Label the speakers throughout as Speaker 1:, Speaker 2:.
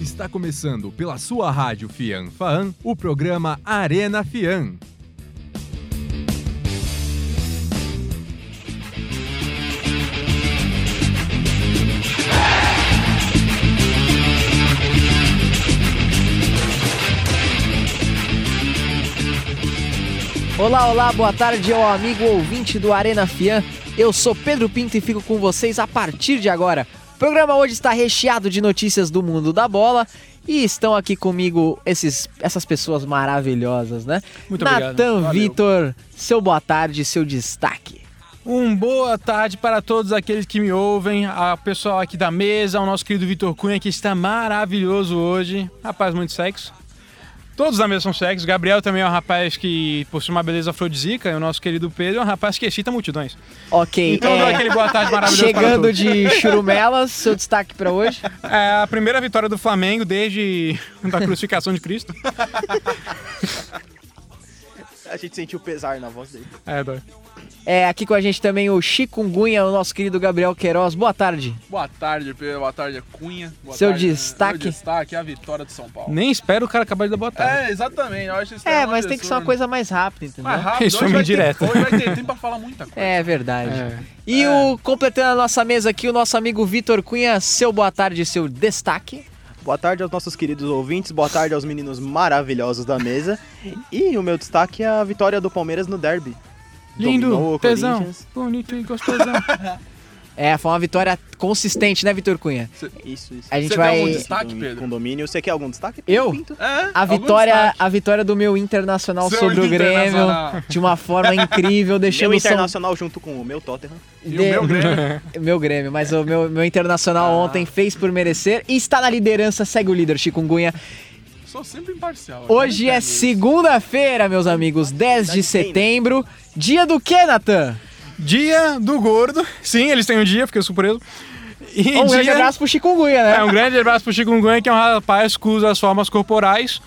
Speaker 1: Está começando pela sua rádio Fian Faan o programa Arena Fian.
Speaker 2: Olá, olá, boa tarde ao amigo ouvinte do Arena Fian. Eu sou Pedro Pinto e fico com vocês a partir de agora. O programa hoje está recheado de notícias do mundo da bola e estão aqui comigo esses, essas pessoas maravilhosas, né?
Speaker 3: Muito obrigado.
Speaker 2: Natan
Speaker 3: Valeu.
Speaker 2: Vitor, seu boa tarde, seu destaque.
Speaker 3: Um boa tarde para todos aqueles que me ouvem, ao pessoal aqui da mesa, ao nosso querido Vitor Cunha, que está maravilhoso hoje. Rapaz, muito sexo. Todos da mesa são sexos. Gabriel também é um rapaz que possui uma beleza afrodisíaca. E o nosso querido Pedro é um rapaz que excita multidões.
Speaker 2: Ok,
Speaker 3: Então, dá
Speaker 2: é,
Speaker 3: aquele boa tarde maravilhoso para
Speaker 2: chegando
Speaker 3: todos.
Speaker 2: de Churumelas, seu destaque para hoje.
Speaker 3: É a primeira vitória do Flamengo desde a crucificação de Cristo.
Speaker 4: A gente sentiu pesar na voz dele.
Speaker 3: É, dói.
Speaker 2: É, aqui com a gente também o Chikungunya, o nosso querido Gabriel Queiroz. Boa tarde.
Speaker 5: Boa tarde, Pedro. Boa tarde, Cunha. Boa
Speaker 2: Seu
Speaker 5: tarde,
Speaker 2: destaque?
Speaker 5: Meu destaque é a vitória do São Paulo.
Speaker 3: Nem espero o cara acabar de dar boa tarde.
Speaker 5: É, exatamente. Eu acho que isso
Speaker 2: É,
Speaker 5: um
Speaker 2: mas tem que ser uma
Speaker 5: absurdo.
Speaker 2: coisa mais rápida, entendeu?
Speaker 5: mais rápida.
Speaker 3: Isso
Speaker 5: Isso
Speaker 3: é uma
Speaker 5: vai
Speaker 3: indireta.
Speaker 5: Ter, hoje vai ter tempo pra falar muita coisa.
Speaker 2: É verdade. E
Speaker 5: É.
Speaker 2: o completando a nossa mesa aqui, o nosso amigo Vitor Cunha, seu boa tarde, seu destaque.
Speaker 4: Boa tarde aos nossos queridos ouvintes, boa tarde aos meninos maravilhosos da mesa. E o meu destaque é a vitória do Palmeiras no derby. Dominou
Speaker 3: Lindo,
Speaker 4: o
Speaker 3: tesão,
Speaker 4: Corinthians.
Speaker 3: bonito e gostosão.
Speaker 2: É, foi uma vitória consistente, né, Vitor Cunha?
Speaker 4: Isso, isso.
Speaker 2: A gente
Speaker 5: Você
Speaker 2: vai.
Speaker 5: tem algum destaque, Pedro?
Speaker 4: Com domínio. Você quer algum destaque?
Speaker 2: Eu?
Speaker 4: Pinto?
Speaker 5: É,
Speaker 2: A
Speaker 5: algum
Speaker 2: vitória,
Speaker 5: destaque?
Speaker 2: a vitória do meu internacional
Speaker 5: Seu
Speaker 2: sobre o Grêmio
Speaker 5: Internacional.
Speaker 2: de uma forma incrível, deixando
Speaker 4: Meu
Speaker 2: o São
Speaker 4: internacional junto com o meu Tottenham.
Speaker 5: E o meu Grêmio. Ah.
Speaker 2: Meu Grêmio, mas o meu, meu internacional ontem fez por merecer e está na liderança, segue o líder Chikungunya.
Speaker 5: Sou sempre imparcial.
Speaker 2: Hoje
Speaker 5: Eu não
Speaker 2: é
Speaker 5: entendo isso.
Speaker 2: segunda-feira, meus amigos, 10
Speaker 4: tá
Speaker 2: de setembro. Dia do que, Natan?
Speaker 3: Dia do Gordo. Sim, eles têm um dia, fiquei surpreso. E
Speaker 2: Um
Speaker 3: dia...
Speaker 2: grande abraço pro Chikungunya, né?
Speaker 3: É, um grande abraço pro Chikungunya, que é um rapaz cujas formas corporais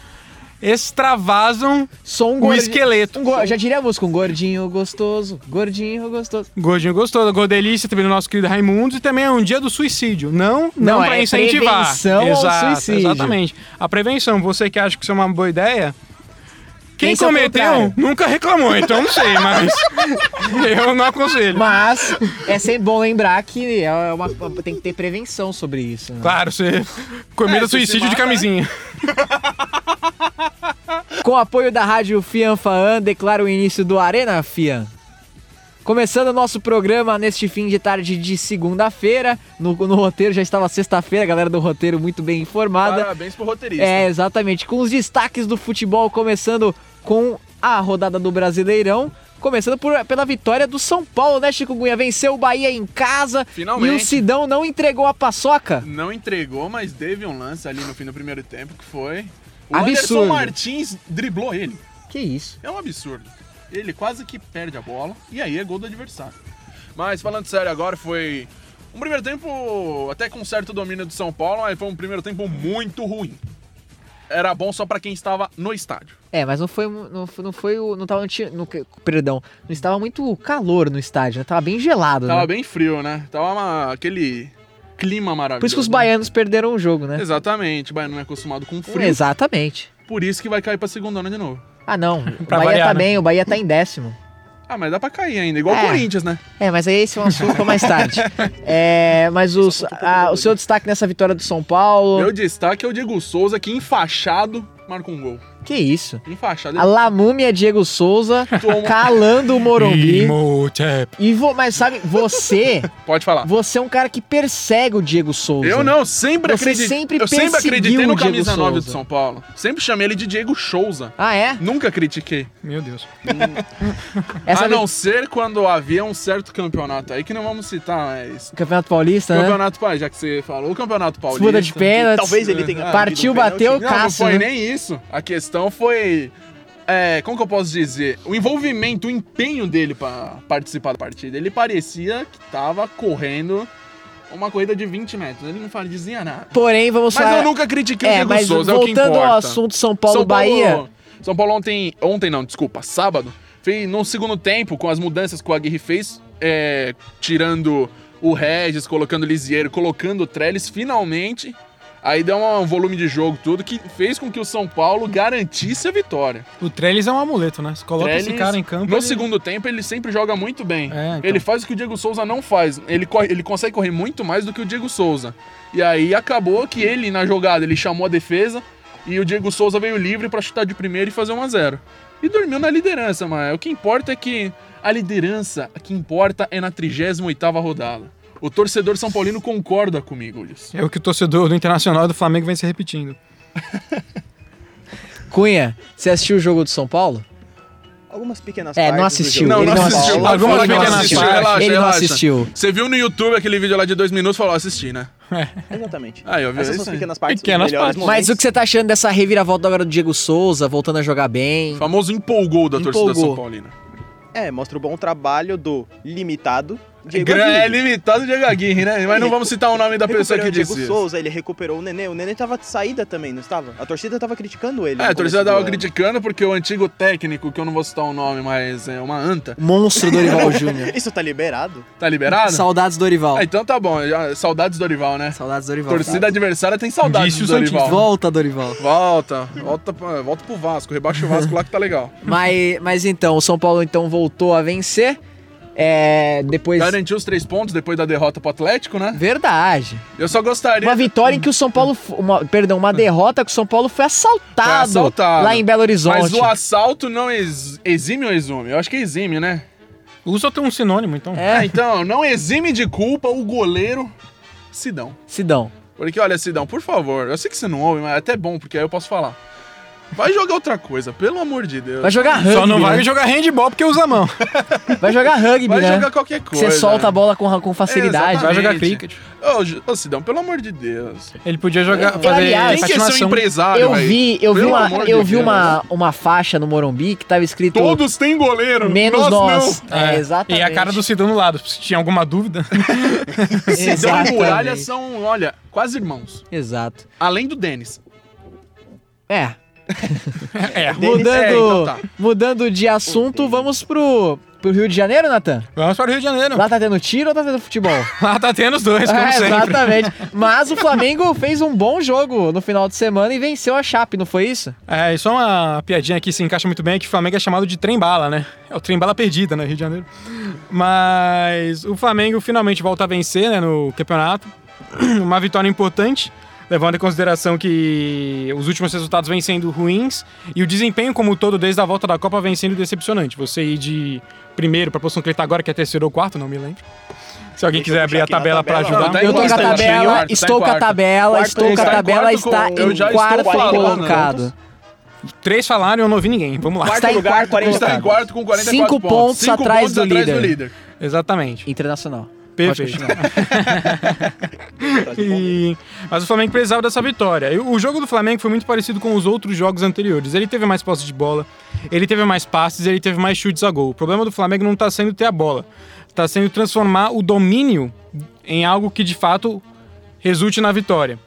Speaker 3: extravasam
Speaker 2: Sou um
Speaker 3: o
Speaker 2: gordo.
Speaker 3: esqueleto.
Speaker 2: Um go- Já diria a música, um gordinho gostoso, gordinho gostoso.
Speaker 3: Gordinho gostoso, gordelícia também do nosso querido Raimundo. E também é um dia do suicídio. Não, não,
Speaker 2: Não,
Speaker 3: pra
Speaker 2: é
Speaker 3: incentivar.
Speaker 2: prevenção ao
Speaker 3: Exato,
Speaker 2: suicídio.
Speaker 3: Exatamente. A prevenção, você que acha que isso é uma boa ideia. Quem
Speaker 2: Pense ao
Speaker 3: cometeu
Speaker 2: contrário.
Speaker 3: nunca reclamou, então não sei, mas eu não aconselho.
Speaker 2: Mas é sempre bom lembrar que é uma, tem que ter prevenção sobre isso. né?
Speaker 3: Claro, você comida
Speaker 5: É, você se
Speaker 3: suicídio de
Speaker 5: mata, né?
Speaker 3: camisinha.
Speaker 2: Com o apoio da Rádio Fian Faan, declaro o início do Arena Fian. Começando o nosso programa neste fim de tarde de segunda-feira. No, no roteiro já estava sexta-feira, a galera do roteiro muito bem informada.
Speaker 5: Parabéns pro roteirista.
Speaker 2: É, exatamente. Com os destaques do futebol, começando com a rodada do Brasileirão. Começando por- pela vitória do São Paulo, né, Chico Gunha? Venceu o Bahia em casa.
Speaker 5: Finalmente.
Speaker 2: E o Sidão não entregou a paçoca.
Speaker 5: Não entregou, mas teve um lance ali no fim do primeiro tempo que foi. O
Speaker 2: Absurdo.
Speaker 5: Anderson Martins driblou ele.
Speaker 2: Que isso.
Speaker 5: É um absurdo. Ele quase que perde a bola e aí é gol do adversário. Mas falando sério agora, foi um primeiro tempo até com certo domínio do São Paulo, mas foi um primeiro tempo muito ruim. Era bom só pra quem estava no estádio.
Speaker 2: É, mas não foi, não foi, não foi o, não tava, não tinha- não- perdão, não estava muito calor no estádio, né? Tava bem gelado,
Speaker 5: Tava
Speaker 2: né?
Speaker 5: bem frio, né? Tava uma- aquele clima maravilhoso.
Speaker 2: Por isso que os
Speaker 5: né?
Speaker 2: baianos perderam o jogo, né?
Speaker 5: Exatamente, o baiano não é acostumado com frio.
Speaker 2: Exatamente.
Speaker 5: Por isso que vai cair pra segunda de novo.
Speaker 2: Ah, não. O
Speaker 3: Pra
Speaker 2: Bahia
Speaker 3: variar,
Speaker 2: tá
Speaker 3: né?
Speaker 2: bem, o Bahia tá em décimo.
Speaker 5: Ah, mas dá pra cair ainda, igual
Speaker 2: É.
Speaker 5: o Corinthians, né?
Speaker 2: É, mas aí esse é um assunto pra mais tarde. É, mas os, a- o seu destaque nessa vitória do São Paulo.
Speaker 5: Meu destaque é o Diego Souza, que enfaixado marca um gol.
Speaker 2: Que isso?
Speaker 5: Enfaixado.
Speaker 2: A Lamúmia Diego Souza
Speaker 5: Tomou-
Speaker 2: calando o Morumbi.
Speaker 3: Imhotep.
Speaker 2: E vo, mas sabe, você,
Speaker 5: Pode falar.
Speaker 2: você é um cara que persegue o Diego Souza.
Speaker 5: Eu não, sempre
Speaker 2: Você
Speaker 5: acreditei.
Speaker 2: sempre
Speaker 5: eu sempre
Speaker 2: perseguiu
Speaker 5: acreditei
Speaker 2: o
Speaker 5: no
Speaker 2: Diego
Speaker 5: camisa 9
Speaker 2: Souza.
Speaker 5: do São Paulo. Sempre chamei ele de Diego Souza.
Speaker 2: Ah, é?
Speaker 5: Nunca critiquei.
Speaker 3: Meu Deus.
Speaker 2: Essa
Speaker 5: a
Speaker 2: vi-
Speaker 5: Ah, não ser quando havia um certo campeonato aí que não vamos citar, mas.
Speaker 2: Campeonato Paulista, né?
Speaker 5: Campeonato Paulista, já que você falou, o Campeonato Paulista.
Speaker 2: Disputa de pênaltis.
Speaker 4: Talvez ele tenha.
Speaker 2: Partiu,
Speaker 4: havido um pênalti.
Speaker 2: bateu,
Speaker 5: Não, não
Speaker 2: Cássio,
Speaker 5: foi
Speaker 2: né?
Speaker 5: nem isso. A questão foi. é, como que eu posso dizer? O envolvimento, o empenho dele pra participar da partida. Ele parecia que tava correndo uma corrida de 20 metros. Ele não fazia nada.
Speaker 2: Porém, vamos
Speaker 5: Mas
Speaker 2: falar.
Speaker 5: eu nunca critiquei o
Speaker 2: é,
Speaker 5: Diego
Speaker 2: mas
Speaker 5: Souza, é o que
Speaker 2: voltando
Speaker 5: importa.
Speaker 2: ao assunto São Paulo Bahia,
Speaker 5: São Paulo ontem, ontem não, desculpa, sábado, fez no segundo tempo, com as mudanças que o Aguirre fez, é, tirando o Regis, colocando o Lisieiro, colocando o Trellis, finalmente Aí deu uma- um volume de jogo tudo que fez com que o São Paulo garantisse a vitória.
Speaker 3: O Trellis é um amuleto, né? Você coloca esse
Speaker 5: Trellis,
Speaker 3: cara em campo.
Speaker 5: No
Speaker 3: ele-
Speaker 5: segundo tempo, ele sempre joga muito bem.
Speaker 3: É, então.
Speaker 5: Ele faz o que o Diego Souza não faz. Ele, corre- ele consegue correr muito mais do que o Diego Souza. E aí acabou que ele, na jogada, ele chamou a defesa e o Diego Souza veio livre pra chutar de primeiro e fazer 1 a 0 E dormiu na liderança, mas o que importa é que a liderança, o que importa é na 38ª rodada. O torcedor São Paulino concorda comigo, Ulisses.
Speaker 3: É o que o torcedor do Internacional e do Flamengo vem se repetindo.
Speaker 2: Cunha, você assistiu o jogo do São Paulo?
Speaker 4: Algumas pequenas
Speaker 2: É,
Speaker 4: partes
Speaker 2: não assistiu.
Speaker 4: Do jogo.
Speaker 2: ele
Speaker 5: Não, não
Speaker 2: não
Speaker 5: assistiu.
Speaker 2: assistiu.
Speaker 5: Algumas
Speaker 2: Ele não
Speaker 5: pequenas
Speaker 2: assistiu.
Speaker 5: partes. Relaxa,
Speaker 2: Ele não
Speaker 5: relaxa.
Speaker 2: assistiu.
Speaker 5: Você viu no YouTube aquele vídeo lá de dois minutos e falou, assisti, né?
Speaker 4: Exatamente.
Speaker 5: Ah, eu vi
Speaker 4: Essas
Speaker 5: isso
Speaker 4: são as
Speaker 5: aí.
Speaker 4: pequenas partes.
Speaker 3: Pequenas
Speaker 4: os melhores
Speaker 3: partes.
Speaker 2: Mas
Speaker 4: momentos.
Speaker 2: o que você tá achando dessa reviravolta agora do Diego Souza, voltando a jogar bem?
Speaker 5: O famoso empolgou da torcida
Speaker 2: Empolgou.
Speaker 5: São Paulina.
Speaker 4: É, mostra o bom trabalho do limitado Diego
Speaker 5: Gran-
Speaker 4: Aguirre.
Speaker 5: É limitado o Diego Aguirre, né? Mas não vamos citar o nome da pessoa
Speaker 4: Recuperou
Speaker 5: que
Speaker 4: o Diego
Speaker 5: disse isso.
Speaker 4: Souza, ele recuperou o Nenê. O Nenê tava de saída também, não estava? A torcida tava criticando ele.
Speaker 5: É,
Speaker 4: no
Speaker 5: a torcida
Speaker 4: começo
Speaker 5: tava
Speaker 4: do ano.
Speaker 5: criticando porque o antigo técnico, que eu não vou citar o nome, mas é uma anta,
Speaker 2: Monstro Dorival Júnior.
Speaker 4: Isso tá liberado?
Speaker 5: tá liberado?
Speaker 2: Saudades Dorival.
Speaker 5: Ah, então tá bom. já- Saudades do Dorival, né?
Speaker 2: Saudades Dorival.
Speaker 5: Torcida adversária tem saudades do
Speaker 3: Indício
Speaker 5: Dorival.
Speaker 2: Volta, Dorival.
Speaker 5: Volta, volta, pra- volta pro Vasco, rebaixa o Vasco lá que tá legal.
Speaker 2: mas, mas então, o São Paulo então voltou a vencer. É, depois.
Speaker 5: Garantiu os três pontos depois da derrota pro Atlético, né?
Speaker 2: Verdade.
Speaker 5: Eu só gostaria.
Speaker 2: Uma vitória em que o São Paulo. f- Uma, perdão, uma derrota que o São Paulo foi assaltado,
Speaker 5: Foi assaltado.
Speaker 2: lá em Belo Horizonte.
Speaker 5: Mas o assalto não ex- exime ou exume? Eu acho que é exime, né?
Speaker 3: Usa tem um sinônimo, então.
Speaker 5: É,
Speaker 2: É,
Speaker 5: então, não exime de culpa o goleiro Sidão.
Speaker 2: Sidão.
Speaker 5: Porque, olha, Sidão, por favor, eu sei que você não ouve, mas é até bom, porque aí eu posso falar. Vai jogar outra coisa, pelo amor de Deus.
Speaker 2: Vai jogar rugby.
Speaker 3: Só não
Speaker 2: né?
Speaker 3: vai jogar handball porque usa a mão.
Speaker 2: Vai jogar rugby,
Speaker 5: Vai
Speaker 2: né?
Speaker 5: jogar qualquer coisa.
Speaker 2: Você solta a bola com, com facilidade.
Speaker 5: Exatamente.
Speaker 3: Vai jogar cricket.
Speaker 5: Ô, Ju- ô, Sidão, pelo amor de Deus.
Speaker 3: Ele podia jogar, fazer
Speaker 2: aliás,
Speaker 5: Quem que é seu
Speaker 3: patinação.
Speaker 5: empresário,
Speaker 2: Eu
Speaker 5: velho?
Speaker 2: vi, eu vi,
Speaker 5: Pelo
Speaker 2: uma,
Speaker 5: amor de
Speaker 2: eu vi
Speaker 5: Deus.
Speaker 2: uma, uma faixa no Morumbi que tava escrito
Speaker 5: Todos têm goleiro,
Speaker 2: menos
Speaker 5: nós,
Speaker 2: nós.
Speaker 5: não.
Speaker 2: É, exatamente.
Speaker 3: E a cara do Sidão no lado, se tinha alguma dúvida.
Speaker 5: Sidão e Muralha
Speaker 2: Exatamente.
Speaker 5: são, olha, quase irmãos.
Speaker 2: Exato.
Speaker 5: Além do Denis.
Speaker 2: É.
Speaker 3: é.
Speaker 2: Mudando,
Speaker 5: é, então tá.
Speaker 2: mudando de assunto, vamos pro, pro Rio de Janeiro, Natan?
Speaker 3: Vamos para o Rio de Janeiro.
Speaker 2: Lá tá tendo tiro ou tá tendo futebol?
Speaker 3: Lá tá tendo os dois, como
Speaker 2: É,
Speaker 3: sempre.
Speaker 2: exatamente. Mas o Flamengo fez um bom jogo no final de semana e venceu a Chape, não foi isso?
Speaker 3: É, e só uma piadinha aqui se encaixa muito bem, é que o Flamengo é chamado de trem-bala, né? É o trem-bala perdida, né, Rio de Janeiro. Mas o Flamengo finalmente volta a vencer, né, no campeonato. Uma vitória importante, levando em consideração que os últimos resultados vêm sendo ruins e o desempenho como um todo desde a volta da Copa vem sendo decepcionante. Você ir de primeiro para a posição que ele tá agora, que é terceiro ou quarto, não me lembro. Se alguém
Speaker 4: Deixa eu
Speaker 3: quiser
Speaker 4: puxar
Speaker 3: abrir a
Speaker 4: aqui na
Speaker 3: tabela para
Speaker 4: tabela.
Speaker 3: ajudar.
Speaker 5: Não, tá em
Speaker 2: eu tô com a
Speaker 5: quarto,
Speaker 2: tabela,
Speaker 5: tá em quarto,
Speaker 2: estou com
Speaker 5: tá em
Speaker 2: a
Speaker 5: quarto. tá
Speaker 2: tabela,
Speaker 4: Quarto,
Speaker 2: estou
Speaker 4: ele
Speaker 2: com a
Speaker 4: está
Speaker 5: em
Speaker 2: tabela,
Speaker 5: quarto
Speaker 2: está
Speaker 5: com- eu
Speaker 2: em
Speaker 5: já estou
Speaker 2: quarto
Speaker 5: falando.
Speaker 2: colocado.
Speaker 3: Três falaram e eu não ouvi ninguém. Vamos lá.
Speaker 4: Quarto
Speaker 2: está em
Speaker 4: lugar,
Speaker 2: quarto
Speaker 4: 40
Speaker 5: A gente tá em
Speaker 2: colocado.
Speaker 5: quarto com 44
Speaker 2: Cinco pontos
Speaker 5: Cinco
Speaker 2: atrás
Speaker 5: pontos
Speaker 2: do
Speaker 5: atrás do
Speaker 2: líder.
Speaker 5: líder.
Speaker 3: Exatamente.
Speaker 2: Internacional.
Speaker 3: Perfeito. E- Mas o Flamengo precisava dessa vitória. E O jogo do Flamengo foi muito parecido com os outros jogos anteriores. Ele teve mais posse de bola, ele teve mais passes, ele teve mais chutes a gol. O problema do Flamengo não está sendo ter a bola, está sendo transformar o domínio em algo que de fato resulte na vitória.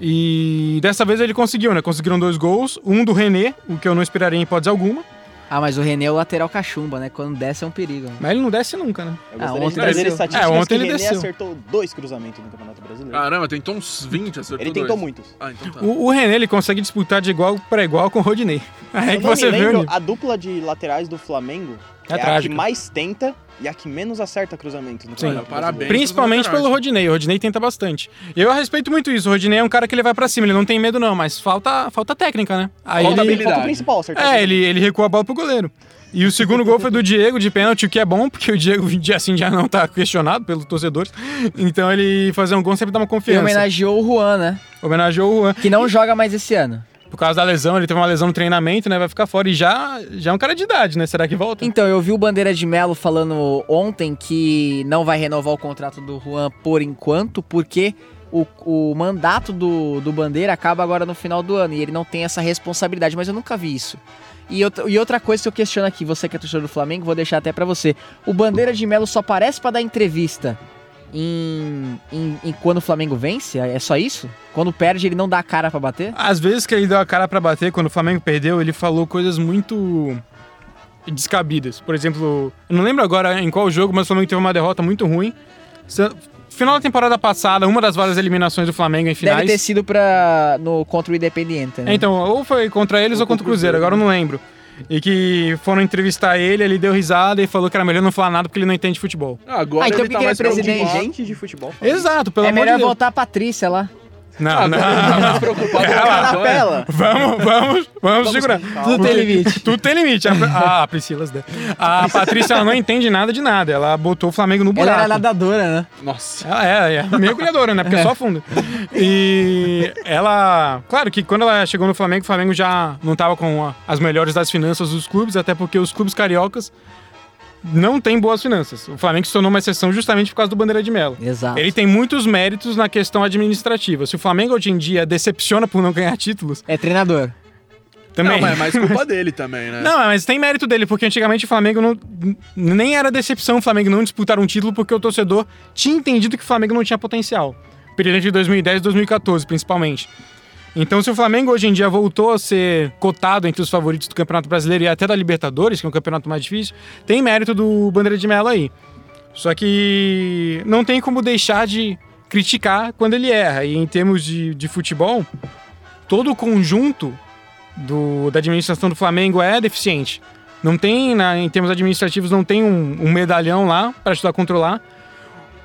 Speaker 3: E dessa vez ele conseguiu, né? Conseguiram dois gols, um do René, o que eu não esperaria em hipótese alguma,
Speaker 2: Ah, mas o René é o lateral cachumba, né? Quando desce é um perigo. né?
Speaker 3: mas ele não desce nunca, né?
Speaker 2: Ah,
Speaker 4: Eu gostaria de
Speaker 2: ontem
Speaker 4: trazer
Speaker 2: ele desceu.
Speaker 4: estatísticas
Speaker 3: É, ontem
Speaker 4: que
Speaker 3: ele
Speaker 4: René
Speaker 3: desceu.
Speaker 4: acertou dois cruzamentos no Campeonato Brasileiro.
Speaker 5: Caramba, tentou uns 20, Ah, acertou
Speaker 4: ele tentou
Speaker 5: dois.
Speaker 4: muitos.
Speaker 5: Ah, então tá.
Speaker 3: O, o René ele consegue disputar de igual para igual com o Rodinei. Aí
Speaker 4: Eu
Speaker 3: É que
Speaker 4: não
Speaker 3: você
Speaker 4: me
Speaker 3: vê o
Speaker 4: lembro,
Speaker 3: nível.
Speaker 4: a dupla de laterais do Flamengo
Speaker 3: É
Speaker 4: é, a que
Speaker 3: trágico.
Speaker 4: mais tenta e a que menos acerta cruzamentos no
Speaker 3: Sim.
Speaker 4: Campeonato
Speaker 5: Parabéns.
Speaker 4: Brasileiro.
Speaker 3: Principalmente
Speaker 5: Laterais.
Speaker 3: pelo Rodinei. O Rodinei tenta bastante. E eu respeito muito isso. O Rodinei é um cara que ele vai pra cima, ele não tem medo, não, mas falta, falta técnica, né? Aí
Speaker 5: Falta
Speaker 3: ele.
Speaker 5: habilidade. né?
Speaker 4: Falta é o principal acertar.
Speaker 3: É, ele, ele recua a bola pro goleiro. E o segundo gol foi do Diego de pênalti, o que é bom, porque o Diego de assim já não tá questionado pelos torcedores. Então ele fazer um gol sempre dá uma
Speaker 2: E
Speaker 3: confiança.
Speaker 2: homenageou o Juan, né?
Speaker 3: Homenageou o Juan.
Speaker 2: Que não joga mais esse ano.
Speaker 3: Por causa da lesão, ele teve uma lesão no treinamento, né? Vai ficar fora. E já, já é um cara de idade, né? Será que volta?
Speaker 2: Então, eu vi o Bandeira de Melo falando ontem que não vai renovar o contrato do Juan por enquanto, porque o, o mandato do, do Bandeira acaba agora no final do ano e ele não tem essa responsabilidade, mas eu nunca vi isso. E, outra- e outra coisa que eu questiono aqui, você que é torcedor do Flamengo, vou deixar até pra você. O Bandeira de Melo só aparece pra dar entrevista em, em- em quando o Flamengo vence? É só isso? Quando perde, ele não dá a cara pra bater?
Speaker 3: Às vezes que ele deu a cara pra bater quando o Flamengo perdeu, ele falou coisas muito descabidas. Por exemplo, eu não lembro agora em qual jogo, mas o Flamengo teve uma derrota muito ruim. Sa- Final da temporada passada, uma das várias eliminações do Flamengo em finais.
Speaker 2: Deve ter sido pra, no, contra o Independiente, né?
Speaker 3: Então, ou foi contra eles ou contra o Cruzeiro, agora eu não lembro. E que foram entrevistar ele, ele deu risada e falou que era melhor não falar nada porque ele não entende futebol.
Speaker 5: Agora
Speaker 2: Ah, então
Speaker 5: ele
Speaker 2: por
Speaker 5: tá
Speaker 2: que
Speaker 5: mais
Speaker 2: ele é presidente?
Speaker 5: preocupado.
Speaker 4: Gente um de futebol. fala.
Speaker 3: Exato, pelo
Speaker 2: é
Speaker 3: amor
Speaker 2: melhor
Speaker 3: de Deus.
Speaker 2: voltar a Patrícia lá.
Speaker 3: Não, não.
Speaker 5: Agora ele tá mais preocupado com a campanha.
Speaker 4: Carapela.
Speaker 3: Vamos, vamos, vamos segurar.
Speaker 4: com calma.
Speaker 2: Tudo tem limite.
Speaker 3: Tudo tem limite. A, a Priscila. né? A Patrícia ela não entende nada de nada. Ela botou o Flamengo no buraco.
Speaker 2: Ela era nadadora, né?
Speaker 5: Nossa.
Speaker 3: Ela é, é mergulhadora, né? Porque é só fundo. E ela. Claro que quando ela chegou no Flamengo, o Flamengo já não tava com a- as melhores das finanças dos clubes, até porque os clubes cariocas não têm boas finanças. O Flamengo se tornou uma exceção justamente por causa do Bandeira de Melo.
Speaker 2: Exato.
Speaker 3: Ele tem muitos méritos na questão administrativa. Se o Flamengo hoje em dia decepciona por não ganhar títulos,
Speaker 2: É treinador.
Speaker 3: também.
Speaker 5: Não, mas é mais culpa dele também, né?
Speaker 3: Não, mas tem mérito dele, porque antigamente o Flamengo não. n- Nem era decepção o Flamengo não disputar um título, porque o torcedor tinha entendido que o Flamengo não tinha potencial. Período entre 2010 e 2014, principalmente. Então, se o Flamengo hoje em dia voltou a ser cotado entre os favoritos do Campeonato Brasileiro e até da Libertadores, que é um campeonato mais difícil, tem mérito do Bandeira de Melo aí. Só que não tem como deixar de criticar quando ele erra. E em termos de, de futebol, todo o conjunto do- da administração do Flamengo é deficiente. Não tem, na- em termos administrativos, não tem um, um medalhão lá para ajudar a controlar.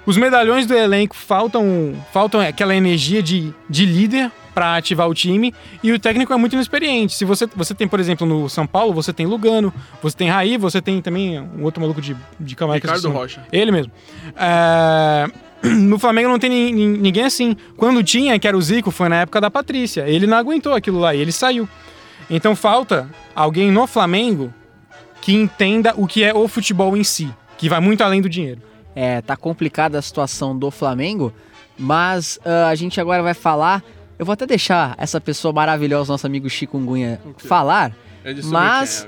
Speaker 3: Os medalhões do elenco faltam, faltam aquela energia de, de líder para ativar o time e o técnico é muito inexperiente. Se você, você tem, por exemplo, no São Paulo, você tem Lugano, você tem Raí, você tem também um outro maluco de, de Camargo. é que eu esqueci o
Speaker 5: Ricardo
Speaker 3: nome.
Speaker 5: Rocha.
Speaker 3: Ele mesmo. É, No Flamengo não tem nin- nin- ninguém assim. Quando tinha, que era o Zico, foi na época da Patrícia. Ele não aguentou aquilo lá e ele saiu. Então falta alguém no Flamengo que entenda o que é o futebol em si, que vai muito além do dinheiro.
Speaker 2: É, tá complicada a situação do Flamengo, mas ah, a gente agora vai falar. Eu vou até deixar essa pessoa maravilhosa, nosso amigo Chikungunya,
Speaker 5: Ok.
Speaker 2: falar.
Speaker 5: É de
Speaker 2: Mas-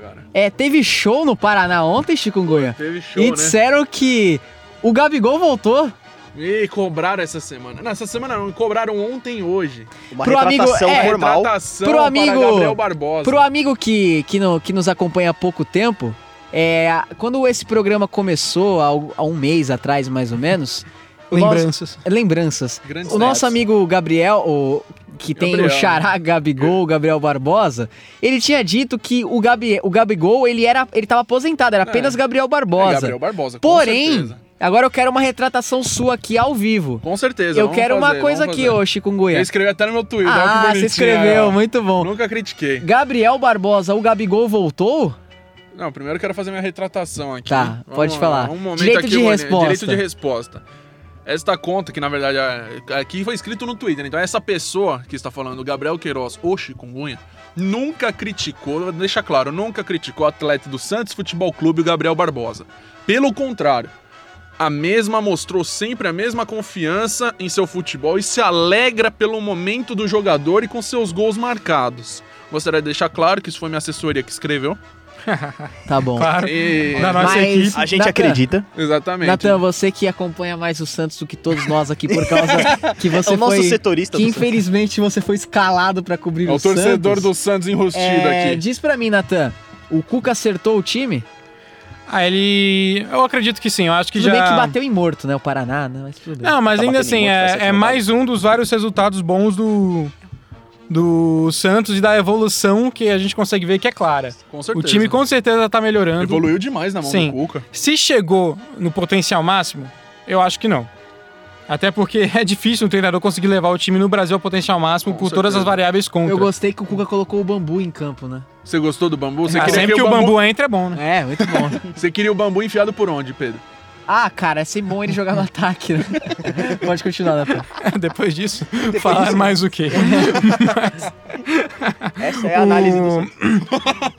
Speaker 5: Mas... agora.
Speaker 2: É, teve show no Paraná ontem, Chikungunya.
Speaker 5: Teve show,
Speaker 2: E
Speaker 5: né?
Speaker 2: disseram que o Gabigol voltou
Speaker 5: E cobraram essa semana. Não, essa semana não. Cobraram ontem e hoje.
Speaker 4: Uma
Speaker 2: Pro amigo,
Speaker 4: retratação
Speaker 2: é,
Speaker 4: normal.
Speaker 5: Retratação
Speaker 2: Pro amigo-
Speaker 5: para Gabriel Barbosa.
Speaker 2: Pro amigo que, que, no- que nos acompanha há pouco tempo, é, quando esse programa começou, há, al- há um mês atrás mais ou menos. o nosso-
Speaker 3: Lembranças.
Speaker 2: lembranças.
Speaker 5: Grandes
Speaker 2: O nosso
Speaker 5: netos.
Speaker 2: amigo Gabriel, o, que tem o
Speaker 5: Gabriel. né?
Speaker 2: xará Gabigol, Gabriel Barbosa, ele tinha dito que o, Gabi, o Gabigol, ele era, ele tava aposentado, era apenas
Speaker 5: É.
Speaker 2: Gabriel
Speaker 5: É,
Speaker 2: Barbosa.
Speaker 5: Gabriel Barbosa, com
Speaker 2: Porém,
Speaker 5: certeza.
Speaker 2: agora eu quero uma retratação sua aqui ao vivo.
Speaker 5: Com certeza.
Speaker 2: Eu
Speaker 5: vamos
Speaker 2: quero uma
Speaker 5: fazer,
Speaker 2: coisa
Speaker 5: vamos
Speaker 2: aqui,
Speaker 5: fazer.
Speaker 2: ô
Speaker 5: Eu
Speaker 2: Chikungunya.
Speaker 5: escrevi até no meu Twitter. olha que né?
Speaker 2: Ah, você
Speaker 5: bonitinho,
Speaker 2: escreveu,
Speaker 5: olha lá.
Speaker 2: muito bom.
Speaker 5: Nunca critiquei.
Speaker 2: Gabriel Barbosa, o Gabigol voltou?
Speaker 5: Não, primeiro eu quero fazer minha retratação aqui.
Speaker 2: Tá,
Speaker 5: Vamos
Speaker 2: pode
Speaker 5: lá,
Speaker 2: falar.
Speaker 5: Um momento
Speaker 2: Direito
Speaker 5: aqui,
Speaker 2: de
Speaker 5: Rony,
Speaker 2: resposta.
Speaker 5: Direito de resposta. Esta conta, que na verdade é- aqui foi escrito no Twitter, então essa pessoa que está falando, Gabriel Queiroz ou Chikungunya, nunca criticou, deixa claro, nunca criticou o atleta do Santos Futebol Clube, o Gabriel Barbosa. Pelo contrário, a mesma mostrou sempre a mesma confiança em seu futebol e se alegra pelo momento do jogador e com seus gols marcados. Gostaria de deixar claro que isso foi minha assessoria que escreveu.
Speaker 2: Tá bom.
Speaker 3: Claro.
Speaker 5: E-
Speaker 3: Da nossa
Speaker 2: Mas-
Speaker 3: equipe.
Speaker 4: A gente
Speaker 2: Natan.
Speaker 4: acredita.
Speaker 5: Exatamente. É
Speaker 2: Natan, você que acompanha mais o Santos do que todos nós aqui, por causa que
Speaker 4: é
Speaker 2: você
Speaker 4: o nosso
Speaker 2: foi...
Speaker 4: setorista
Speaker 2: Que
Speaker 4: do Santos.
Speaker 2: infelizmente você foi escalado pra cobrir
Speaker 5: é
Speaker 2: o,
Speaker 5: o torcedor
Speaker 2: Santos.
Speaker 5: do Santos enrustido
Speaker 2: É,
Speaker 5: aqui.
Speaker 2: Diz pra mim, Natan, o Cuca acertou o time?
Speaker 3: Ah, ele. Eu acredito que sim. Eu acho que
Speaker 2: tudo
Speaker 3: já.
Speaker 2: bem que bateu em morto, né? O Paraná, né? Mas tudo
Speaker 5: Ah,
Speaker 2: bem.
Speaker 3: Não, mas
Speaker 4: Tá
Speaker 3: ainda
Speaker 4: batendo em
Speaker 3: assim,
Speaker 4: outro, vai ser
Speaker 3: é, é
Speaker 4: saudável.
Speaker 3: mais um dos vários resultados bons do. Do Santos e da evolução que a gente consegue ver que é clara.
Speaker 5: Com
Speaker 3: O
Speaker 5: certeza.
Speaker 3: time com certeza tá melhorando.
Speaker 5: evoluiu demais na mão
Speaker 3: Sim.
Speaker 5: do Cuca.
Speaker 3: Se chegou no potencial máximo, eu acho que não. Até porque é difícil um treinador conseguir levar o time no Brasil ao potencial máximo
Speaker 5: Com
Speaker 3: por todas
Speaker 5: certeza.
Speaker 3: as variáveis contra.
Speaker 2: Eu gostei que o Cuca colocou o bambu em campo, né?
Speaker 5: Você gostou do bambu? Você
Speaker 3: Ah,
Speaker 5: queria
Speaker 3: sempre que o bambu... entra é bom, né?
Speaker 2: É, muito bom.
Speaker 5: Você queria o bambu enfiado por onde, Pedro?
Speaker 2: ah, cara, é sempre bom ele jogar no ataque, né? Pode continuar, Natan.
Speaker 3: Depois disso, falar mais o quê?
Speaker 4: Essa é a análise do Santos.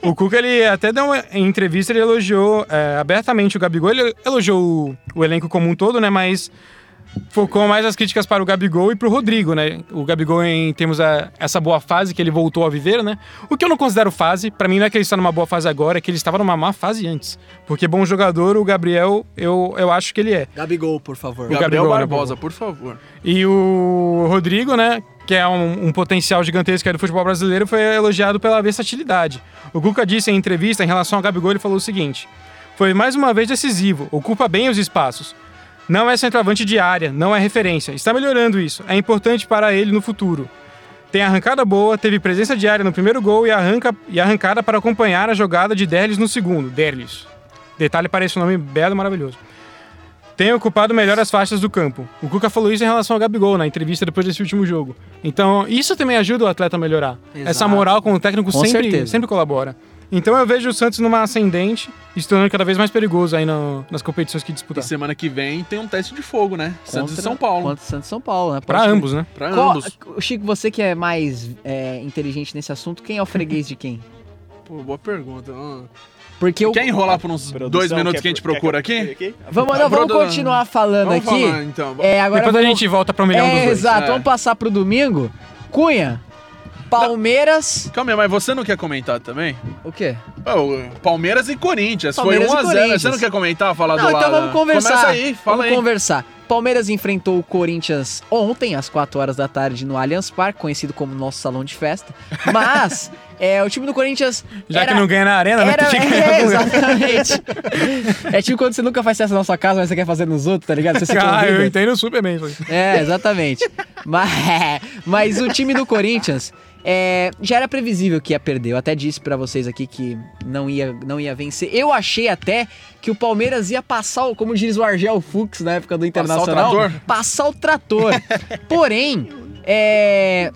Speaker 3: o... o Cuca, ele até deu uma em entrevista, ele elogiou é, abertamente o Gabigol, ele elogiou o, o elenco como um todo, né? Mas focou mais as críticas para o Gabigol e para o Rodrigo, né? O Gabigol, em termos a, essa boa fase que ele voltou a viver, né? O que eu não considero fase, para mim não é que ele está numa boa fase agora, é que ele estava numa má fase antes. Porque bom jogador, o Gabriel, eu, eu acho que ele é.
Speaker 2: Gabigol, por favor.
Speaker 5: Gabriel,
Speaker 3: Gabriel
Speaker 5: Barbosa, por favor.
Speaker 3: E o Rodrigo, né? Que é um, um potencial gigantesco aí do futebol brasileiro, foi elogiado pela versatilidade. O Guca disse em entrevista em relação ao Gabigol, ele falou o seguinte: foi mais uma vez decisivo, ocupa bem os espaços. Não é centroavante de área, não é referência. Está melhorando isso. É importante para ele no futuro. Tem arrancada boa, teve presença de área no primeiro gol e, arranca, e arrancada para acompanhar a jogada de Derlis no segundo. Derlis. Detalhe para esse nome belo, maravilhoso. Tem ocupado melhor as faixas do campo. O Cuca falou isso em relação ao Gabigol na entrevista depois desse último jogo. Então, isso também ajuda o atleta a melhorar. Essa
Speaker 2: Exato.
Speaker 3: moral com o técnico
Speaker 2: Com
Speaker 3: sempre,
Speaker 2: certeza.
Speaker 3: sempre colabora. Então, eu vejo o Santos numa ascendente e se tornando cada vez mais perigoso aí no- nas competições que
Speaker 5: E
Speaker 3: disputar.
Speaker 5: semana que vem tem um teste de fogo, né? Santos e São Paulo.
Speaker 2: Contra Santos e São Paulo, né? Pode
Speaker 3: Para
Speaker 2: crer.
Speaker 3: ambos, né?
Speaker 5: Pra
Speaker 2: Qual-
Speaker 5: ambos.
Speaker 2: Chico, você que é mais é, inteligente nesse assunto, quem é o freguês de quem?
Speaker 5: Pô, boa pergunta. Ah.
Speaker 2: Porque o.
Speaker 5: Quer enrolar por uns
Speaker 4: Produção,
Speaker 5: dois minutos
Speaker 4: quer-
Speaker 5: que a gente
Speaker 4: quer-
Speaker 5: procura
Speaker 4: quer-
Speaker 5: aqui?
Speaker 2: Vamos, não, vamos
Speaker 5: Bruno,
Speaker 2: continuar falando
Speaker 5: Vamos
Speaker 2: aqui.
Speaker 5: falar, então.
Speaker 2: É, agora
Speaker 3: Depois a
Speaker 2: vamos-
Speaker 3: gente volta para o milhão dos
Speaker 2: É,
Speaker 3: dois.
Speaker 2: exato.
Speaker 5: é.
Speaker 2: Vamos passar pro domingo. Cunha, Palmeiras.
Speaker 5: Calma aí, mas você não quer comentar também?
Speaker 2: O quê?
Speaker 5: Ô, Palmeiras e Corinthians.
Speaker 2: Palmeiras e
Speaker 5: foi 1x0.
Speaker 2: Corinthians.
Speaker 5: Você não quer comentar, falar
Speaker 2: Não,
Speaker 5: do lado?
Speaker 2: então vamos conversar.
Speaker 5: Começa aí, fala
Speaker 2: vamos
Speaker 5: aí.
Speaker 2: conversar. Palmeiras enfrentou o Corinthians ontem, às 4 horas da tarde, no Allianz Parque, conhecido como nosso salão de festa. Mas é, o time do Corinthians.
Speaker 3: Já
Speaker 2: era,
Speaker 3: que não ganha na arena, né?
Speaker 2: era,
Speaker 3: Tem que ganhar
Speaker 2: é,
Speaker 3: no lugar.
Speaker 2: Exatamente. é tipo quando você nunca faz festa na sua casa, mas você quer fazer nos outros, tá ligado? Você se
Speaker 3: Ah, eu
Speaker 2: convida.
Speaker 3: entendo super bem. isso aí.
Speaker 2: É, exatamente. mas, mas o time do Corinthians é, já era previsível que ia perder. Eu até disse pra vocês aqui que não ia, não ia vencer. Eu achei até que o Palmeiras ia passar, o- como diz o Argel Fux na época do
Speaker 5: Passar o
Speaker 2: Internacional,
Speaker 5: trator?
Speaker 2: passar o trator. Porém, é,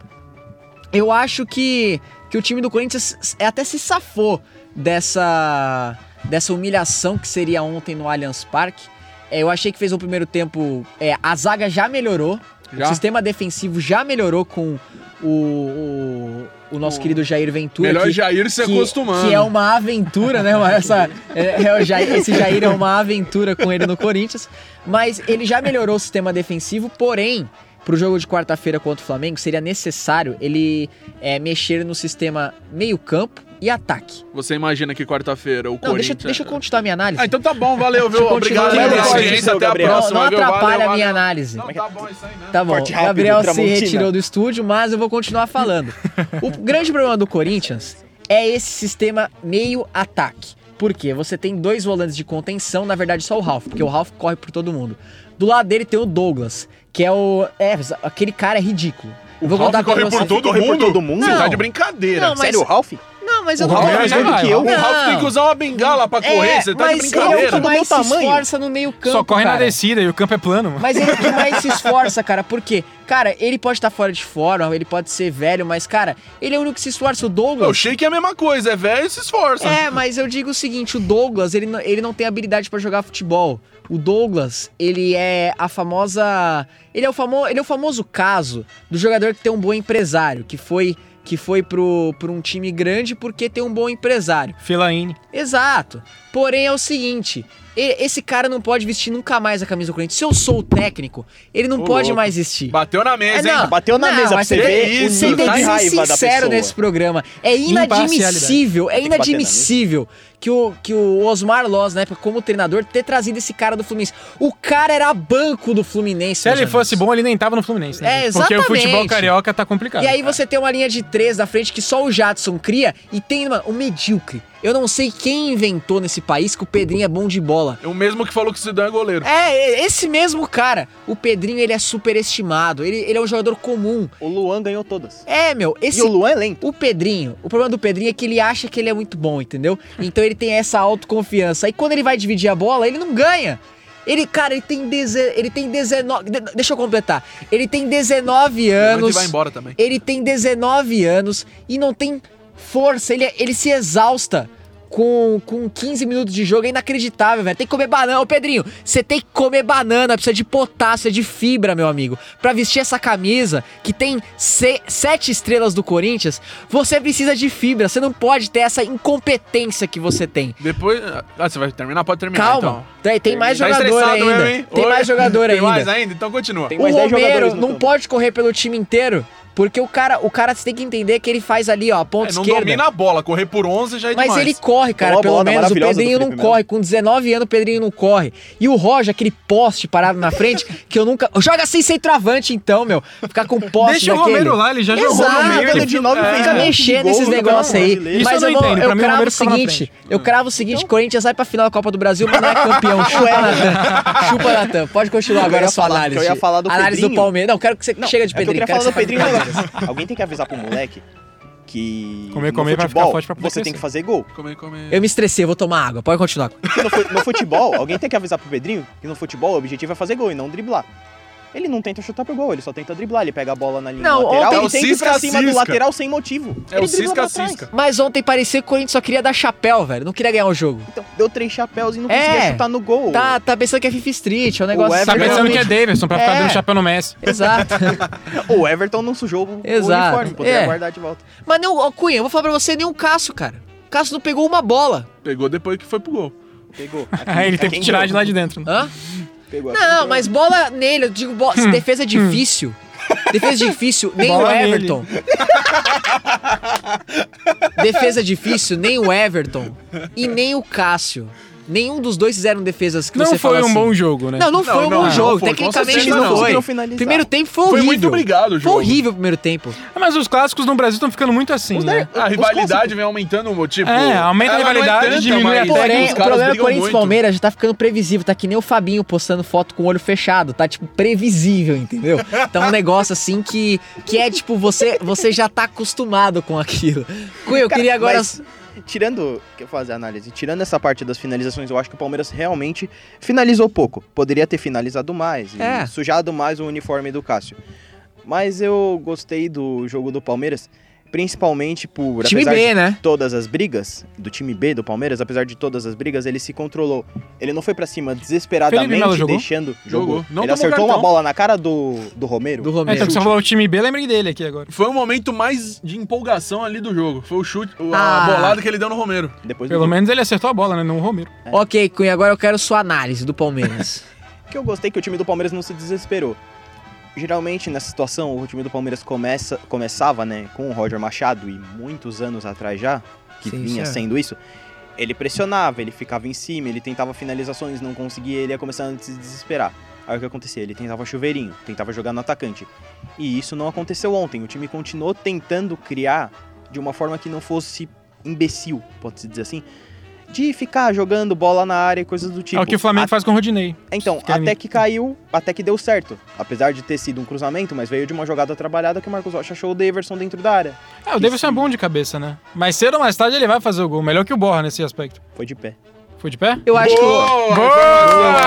Speaker 2: eu acho que, que o time do Corinthians s- até se safou dessa, dessa humilhação que seria ontem no Allianz Parque. É, eu achei que fez um primeiro tempo. é, a zaga já melhorou. O
Speaker 5: Já?
Speaker 2: sistema defensivo já melhorou com o, o, o nosso
Speaker 5: O-
Speaker 2: querido Jair Ventura.
Speaker 5: Melhor
Speaker 2: é que-
Speaker 5: Jair se
Speaker 2: que-
Speaker 5: acostumando.
Speaker 2: Que é uma aventura, né? Uma- Essa, é- é o Jair- esse Jair é uma aventura com ele no Corinthians. Mas ele já melhorou o sistema defensivo, porém, pro jogo de quarta-feira contra o Flamengo, seria necessário ele é, mexer no sistema meio-campo e ataque.
Speaker 5: Você imagina que quarta-feira o
Speaker 2: Não,
Speaker 5: Corinthians...
Speaker 2: deixa, deixa eu continuar minha análise.
Speaker 5: Ah, então tá bom, valeu, viu?
Speaker 2: Deixa eu
Speaker 5: Obrigado
Speaker 2: continuar
Speaker 5: pela
Speaker 2: lendo o
Speaker 5: audiência,
Speaker 4: seu,
Speaker 5: até a
Speaker 4: Gabriel.
Speaker 5: próxima,
Speaker 2: não não
Speaker 5: viu?
Speaker 2: atrapalha
Speaker 5: Valeu,
Speaker 2: a minha
Speaker 5: valeu.
Speaker 2: análise.
Speaker 5: Não, tá bom isso aí mesmo.
Speaker 2: Tá bom,
Speaker 4: Corte rápido,
Speaker 2: Gabriel se
Speaker 4: Tramontina.
Speaker 2: retirou do estúdio, mas eu vou continuar falando. O grande problema do Corinthians é esse sistema meio-ataque. Por quê? Você tem dois volantes de contenção, na verdade só o Ralf, porque o Ralf corre por todo mundo. Do lado dele tem o Douglas, que é o. É, aquele cara é ridículo. Eu
Speaker 5: O Ralf
Speaker 2: pra
Speaker 5: corre por
Speaker 2: vocês-
Speaker 5: todo
Speaker 4: Corre por
Speaker 5: mundo?
Speaker 4: todo mundo?
Speaker 5: Você tá
Speaker 2: Não.
Speaker 5: de brincadeira.
Speaker 2: Não, mas-
Speaker 4: Sério, o Ralph?
Speaker 2: Não, mas eu
Speaker 3: O
Speaker 2: não.
Speaker 3: Ralf
Speaker 2: Não,
Speaker 3: é
Speaker 5: mais
Speaker 3: mais
Speaker 5: rápido
Speaker 3: rápido.
Speaker 5: que eu.
Speaker 2: Não. É,
Speaker 5: O Ralf tem que usar uma bengala pra correr. Você tá de
Speaker 2: mas ele é o
Speaker 5: brincadeira.
Speaker 2: que mais se
Speaker 4: tamanho.
Speaker 2: esforça no meio campo.
Speaker 3: Só corre na
Speaker 2: cara.
Speaker 3: descida e o campo é plano, mano.
Speaker 2: Mas ele é o que mais se esforça, cara, porque, cara, ele pode estar fora de forma, ele pode ser velho, mas, cara, ele é o único que se esforça. O Douglas.
Speaker 5: Eu achei que é a mesma coisa. É velho e se esforça.
Speaker 2: É, mas eu digo o seguinte, o Douglas, ele não, ele não tem habilidade pra jogar futebol. O Douglas, ele é a famosa, ele é o famoso, ele é o famoso caso do jogador que tem um bom empresário, que foi que foi pro, pro um time grande porque tem um bom empresário.
Speaker 3: Fellaini.
Speaker 2: Exato. Porém é o seguinte, e- esse cara não pode vestir nunca mais a camisa do Corinthians. Se eu sou o técnico, ele não
Speaker 5: Ô,
Speaker 2: pode
Speaker 5: louco.
Speaker 2: mais vestir.
Speaker 5: Bateu na mesa,
Speaker 2: É,
Speaker 5: hein?
Speaker 2: não.
Speaker 4: Bateu na
Speaker 2: Não,
Speaker 4: mesa pra
Speaker 2: mas
Speaker 4: você
Speaker 5: que
Speaker 4: ver o
Speaker 5: isso,
Speaker 4: nível
Speaker 2: Você tem
Speaker 4: de
Speaker 2: que ser
Speaker 4: raiva da
Speaker 2: sincero
Speaker 4: pessoa.
Speaker 2: nesse programa. É
Speaker 3: Imparcialidade.
Speaker 2: inadmissível, é
Speaker 4: Tem que bater na
Speaker 2: inadmissível que o, que o Osmar Loz, na época, como treinador, ter trazido esse cara do Fluminense. O cara era banco do Fluminense.
Speaker 3: Se
Speaker 2: meus
Speaker 3: ele fosse
Speaker 2: amigos.
Speaker 3: bom, ele nem tava no Fluminense. né?
Speaker 2: É,
Speaker 3: Porque o futebol
Speaker 2: exatamente.
Speaker 3: carioca tá complicado.
Speaker 2: E aí você tem uma linha de três na frente que só o Jadson cria e tem, mano, o medíocre. Eu não sei quem inventou nesse país que o Pedrinho é bom de bola.
Speaker 5: É o mesmo que falou que o Zidane é goleiro.
Speaker 2: É, esse mesmo cara. O Pedrinho, ele é superestimado. Ele, ele é um jogador comum.
Speaker 4: O Luan ganhou todas.
Speaker 2: É, meu, esse
Speaker 4: E o Luan é lento.
Speaker 2: O Pedrinho, o problema do Pedrinho é que ele acha que ele é muito bom, entendeu? Então ele tem essa autoconfiança. E quando ele vai dividir a bola, ele não ganha. Ele, cara, ele tem, deze... ele tem 19. de- Deixa eu completar. Ele tem 19
Speaker 5: Mas ele
Speaker 2: anos.
Speaker 5: vai embora também.
Speaker 2: Ele tem 19 anos e não tem força. Ele, é, ele se exausta com, com 15 minutos de jogo. É inacreditável, velho. Tem que comer banana. Ô, Pedrinho, você tem que comer banana. Precisa de potássio, é de fibra, meu amigo. Pra vestir essa camisa que tem se- sete estrelas do Corinthians, você precisa de fibra. Você não pode ter essa incompetência que você tem.
Speaker 5: Depois... Ah, você vai terminar? Pode terminar,
Speaker 2: Calma,
Speaker 5: então.
Speaker 2: tem, tem mais
Speaker 5: Tá
Speaker 2: jogador
Speaker 5: estressado
Speaker 2: ainda.
Speaker 5: mesmo, hein?
Speaker 2: Tem
Speaker 5: Oi?
Speaker 2: mais jogador
Speaker 5: Tem
Speaker 2: ainda.
Speaker 5: mais ainda? Então continua.
Speaker 4: Tem
Speaker 2: O
Speaker 4: mais 10
Speaker 2: Romero
Speaker 4: jogadores no
Speaker 2: não
Speaker 4: campo.
Speaker 2: pode correr pelo time inteiro Porque o cara, o cara você tem que entender que ele faz ali, ó, a ponta
Speaker 5: É, não
Speaker 2: esquerda.
Speaker 5: domina a bola, correr por 11 já é
Speaker 2: Mas
Speaker 5: demais.
Speaker 2: ele corre, cara,
Speaker 4: Boa
Speaker 2: pelo
Speaker 4: Tá bola
Speaker 2: menos. O
Speaker 4: maravilhosa do
Speaker 2: Pedrinho não
Speaker 4: Felipe Melo.
Speaker 2: corre. Com 19 anos, o Pedrinho não corre. E o Roger, aquele poste parado na frente, que eu nunca. Joga sem centroavante, então, meu. Ficar com poste
Speaker 3: Deixa o
Speaker 2: daquele.
Speaker 3: Romero lá, ele já jogou no
Speaker 2: Exato,
Speaker 3: meio.
Speaker 2: ele
Speaker 3: ele
Speaker 4: de nove
Speaker 3: fica-
Speaker 4: fez
Speaker 2: Fica
Speaker 4: É.
Speaker 2: mexendo
Speaker 4: Gol,
Speaker 2: nesses
Speaker 4: então,
Speaker 2: negócios aí.
Speaker 4: brasileiro.
Speaker 3: Isso
Speaker 2: Mas
Speaker 3: eu
Speaker 2: eu,
Speaker 3: não
Speaker 2: vou,
Speaker 3: entendo,
Speaker 2: eu
Speaker 3: pra mim o
Speaker 2: cravo o
Speaker 3: Romero ficava na
Speaker 2: seguinte:
Speaker 3: frente.
Speaker 2: eu cravo o seguinte, Corinthians vai pra final da Copa do Brasil, mas não é campeão. Chupa, Natan. Chupa, Natan. Pode continuar
Speaker 4: Eu
Speaker 2: agora
Speaker 4: ia
Speaker 2: a sua
Speaker 4: falar,
Speaker 2: análise.
Speaker 4: que eu ia falar do
Speaker 2: análise do
Speaker 4: Pedrinho.
Speaker 2: Palmeiras. Não, quero que você
Speaker 4: Não,
Speaker 2: chegue de
Speaker 4: é que eu
Speaker 2: Pedrinho.
Speaker 4: queria falar
Speaker 2: quero
Speaker 4: do
Speaker 2: que você
Speaker 4: Pedrinho
Speaker 2: fale.
Speaker 4: agora. Alguém tem que avisar pro moleque que
Speaker 3: Comer,
Speaker 4: no
Speaker 3: comer pra
Speaker 4: futebol,
Speaker 3: ficar forte pra poder
Speaker 4: você tem que
Speaker 3: crescer.
Speaker 4: fazer gol.
Speaker 5: Come, come.
Speaker 2: Eu me estressei, eu vou tomar água. Pode continuar.
Speaker 4: Porque no, fu- no futebol, alguém tem que avisar pro Pedrinho que no futebol o objetivo é fazer gol e não driblar. Ele não tenta chutar pro gol, ele só tenta driblar. Ele pega a bola na linha
Speaker 2: Não,
Speaker 4: lateral
Speaker 2: ontem-
Speaker 4: e tenta
Speaker 5: É o
Speaker 4: ir pra
Speaker 5: cisca,
Speaker 4: cima do
Speaker 5: cisca.
Speaker 4: lateral sem motivo.
Speaker 5: É o
Speaker 4: Ele dribla pra
Speaker 5: Cisca
Speaker 4: trás.
Speaker 5: Cisca.
Speaker 2: Mas ontem parecia que o Corinthians só queria dar chapéu, velho. Não queria ganhar o jogo.
Speaker 4: Então, deu três chapéus e não
Speaker 2: É.
Speaker 4: conseguia chutar no gol.
Speaker 2: Tá, tá pensando que é FIFA Street, é um negócio.
Speaker 4: O
Speaker 3: Tá
Speaker 4: Everton-
Speaker 3: pensando que é Davidson pra ficar
Speaker 2: É.
Speaker 3: dando chapéu no Messi.
Speaker 2: Exato.
Speaker 4: O Everton não sujou o,
Speaker 2: Exato.
Speaker 4: o uniforme, poderia
Speaker 2: É.
Speaker 4: guardar de volta.
Speaker 2: Mas não, ó, Cunha, eu vou falar pra você, nenhum Cássio, cara. O Cássio não pegou uma bola.
Speaker 5: Pegou depois que foi pro gol.
Speaker 4: Pegou.
Speaker 3: Aí ele teve que tirar de lá de dentro. né?
Speaker 2: Hã?
Speaker 4: Pegou aqui,
Speaker 2: Não,
Speaker 4: pegou.
Speaker 2: mas bola nele, eu digo bola. se defesa é difícil. Defesa difícil, nem o
Speaker 3: Hum, Bola nele.
Speaker 2: Everton. defesa difícil, nem o Everton. E nem o Cássio. Nenhum dos dois fizeram defesas que
Speaker 3: Não
Speaker 2: você
Speaker 3: foi
Speaker 2: fala
Speaker 3: um
Speaker 2: assim.
Speaker 3: bom jogo, né?
Speaker 2: Não, não
Speaker 5: Não,
Speaker 2: foi um
Speaker 5: não,
Speaker 2: bom
Speaker 5: não
Speaker 2: jogo.
Speaker 5: foi, com
Speaker 2: Tecnicamente
Speaker 5: certeza
Speaker 2: não,
Speaker 5: não.
Speaker 2: foi.
Speaker 4: Conseguiram finalizar.
Speaker 2: Primeiro tempo foi
Speaker 5: Foi
Speaker 2: horrível.
Speaker 5: muito obrigado o
Speaker 2: Foi
Speaker 5: jogo.
Speaker 2: horrível o primeiro tempo.
Speaker 3: Mas os clássicos no Brasil estão ficando muito assim,
Speaker 4: Os
Speaker 3: né?
Speaker 4: der-
Speaker 5: A
Speaker 4: os
Speaker 5: rivalidade vem aumentando o tipo.
Speaker 3: É, aumenta a
Speaker 5: ela não
Speaker 3: rivalidade, diminui a
Speaker 5: mas
Speaker 3: técnica,
Speaker 5: os
Speaker 2: Porém,
Speaker 5: caras
Speaker 2: o problema é que o
Speaker 5: brigam
Speaker 2: Corinthians e
Speaker 5: muito.
Speaker 2: Palmeiras já tá ficando previsível. Tá que nem o Fabinho postando foto com o olho fechado. Tá, tipo, previsível, entendeu? Então é um negócio assim que, que é, tipo, você, você já tá acostumado com aquilo. Cunha, eu
Speaker 4: Cara,
Speaker 2: queria agora.
Speaker 4: mas, tirando. Que eu fazer a análise. Tirando essa parte das finalizações, eu acho que o Palmeiras realmente finalizou pouco. Poderia ter finalizado mais. e
Speaker 2: É.
Speaker 4: sujado mais o uniforme do Cássio. Mas eu gostei do jogo do Palmeiras, principalmente por.
Speaker 2: Time
Speaker 4: apesar
Speaker 2: B,
Speaker 4: de
Speaker 2: né?
Speaker 4: Todas as brigas do time B do Palmeiras, apesar de todas as brigas, ele se controlou. Ele não foi pra cima
Speaker 3: Felipe Melo
Speaker 4: desesperadamente,
Speaker 3: jogou?
Speaker 4: deixando.
Speaker 5: Jogou. Não
Speaker 4: ele
Speaker 5: tomou
Speaker 4: acertou uma
Speaker 5: cartão.
Speaker 4: bola na cara do, do Romero.
Speaker 2: Do
Speaker 3: É,
Speaker 2: Romero.
Speaker 3: então, que você falou o time B, lembrei dele aqui agora.
Speaker 5: Foi o momento mais de empolgação ali do jogo. Foi o chute, o-
Speaker 2: Ah.
Speaker 5: a bolada que ele deu no Romero.
Speaker 4: Depois
Speaker 3: Pelo
Speaker 4: do...
Speaker 3: menos ele acertou a bola, né? Não o Romero.
Speaker 2: Ok, Cunha, agora eu quero sua análise do Palmeiras.
Speaker 4: O que eu gostei é que o time do Palmeiras não se desesperou. Geralmente, nessa situação, o time do Palmeiras começa, começava, né, com o Roger Machado, e muitos anos atrás já, que
Speaker 2: Sim,
Speaker 4: vinha
Speaker 2: isso é.
Speaker 4: sendo isso, ele pressionava, ele ficava em cima, ele tentava finalizações, não conseguia, ele ia começando a se desesperar. Aí o que acontecia? Ele tentava chuveirinho, tentava jogar no atacante. E isso não aconteceu ontem. O time continuou tentando criar de uma forma que não fosse imbecil, pode-se dizer assim, de ficar jogando bola na área e coisas do tipo.
Speaker 3: é o que o Flamengo
Speaker 4: A-
Speaker 3: faz com o Rodinei.
Speaker 4: então,
Speaker 3: Fica
Speaker 4: até
Speaker 3: ali.
Speaker 4: que caiu, até que deu certo. Apesar de ter sido um cruzamento, mas veio de uma jogada trabalhada que o Marcos Rocha achou o Daverson dentro da área.
Speaker 3: É, o Davidson é bom de cabeça, né? Mas cedo ou mais tarde ele vai fazer o gol. Melhor que o Borra nesse aspecto.
Speaker 4: Foi de pé.
Speaker 3: Foi de pé?
Speaker 2: Eu acho que. o-
Speaker 5: Boa!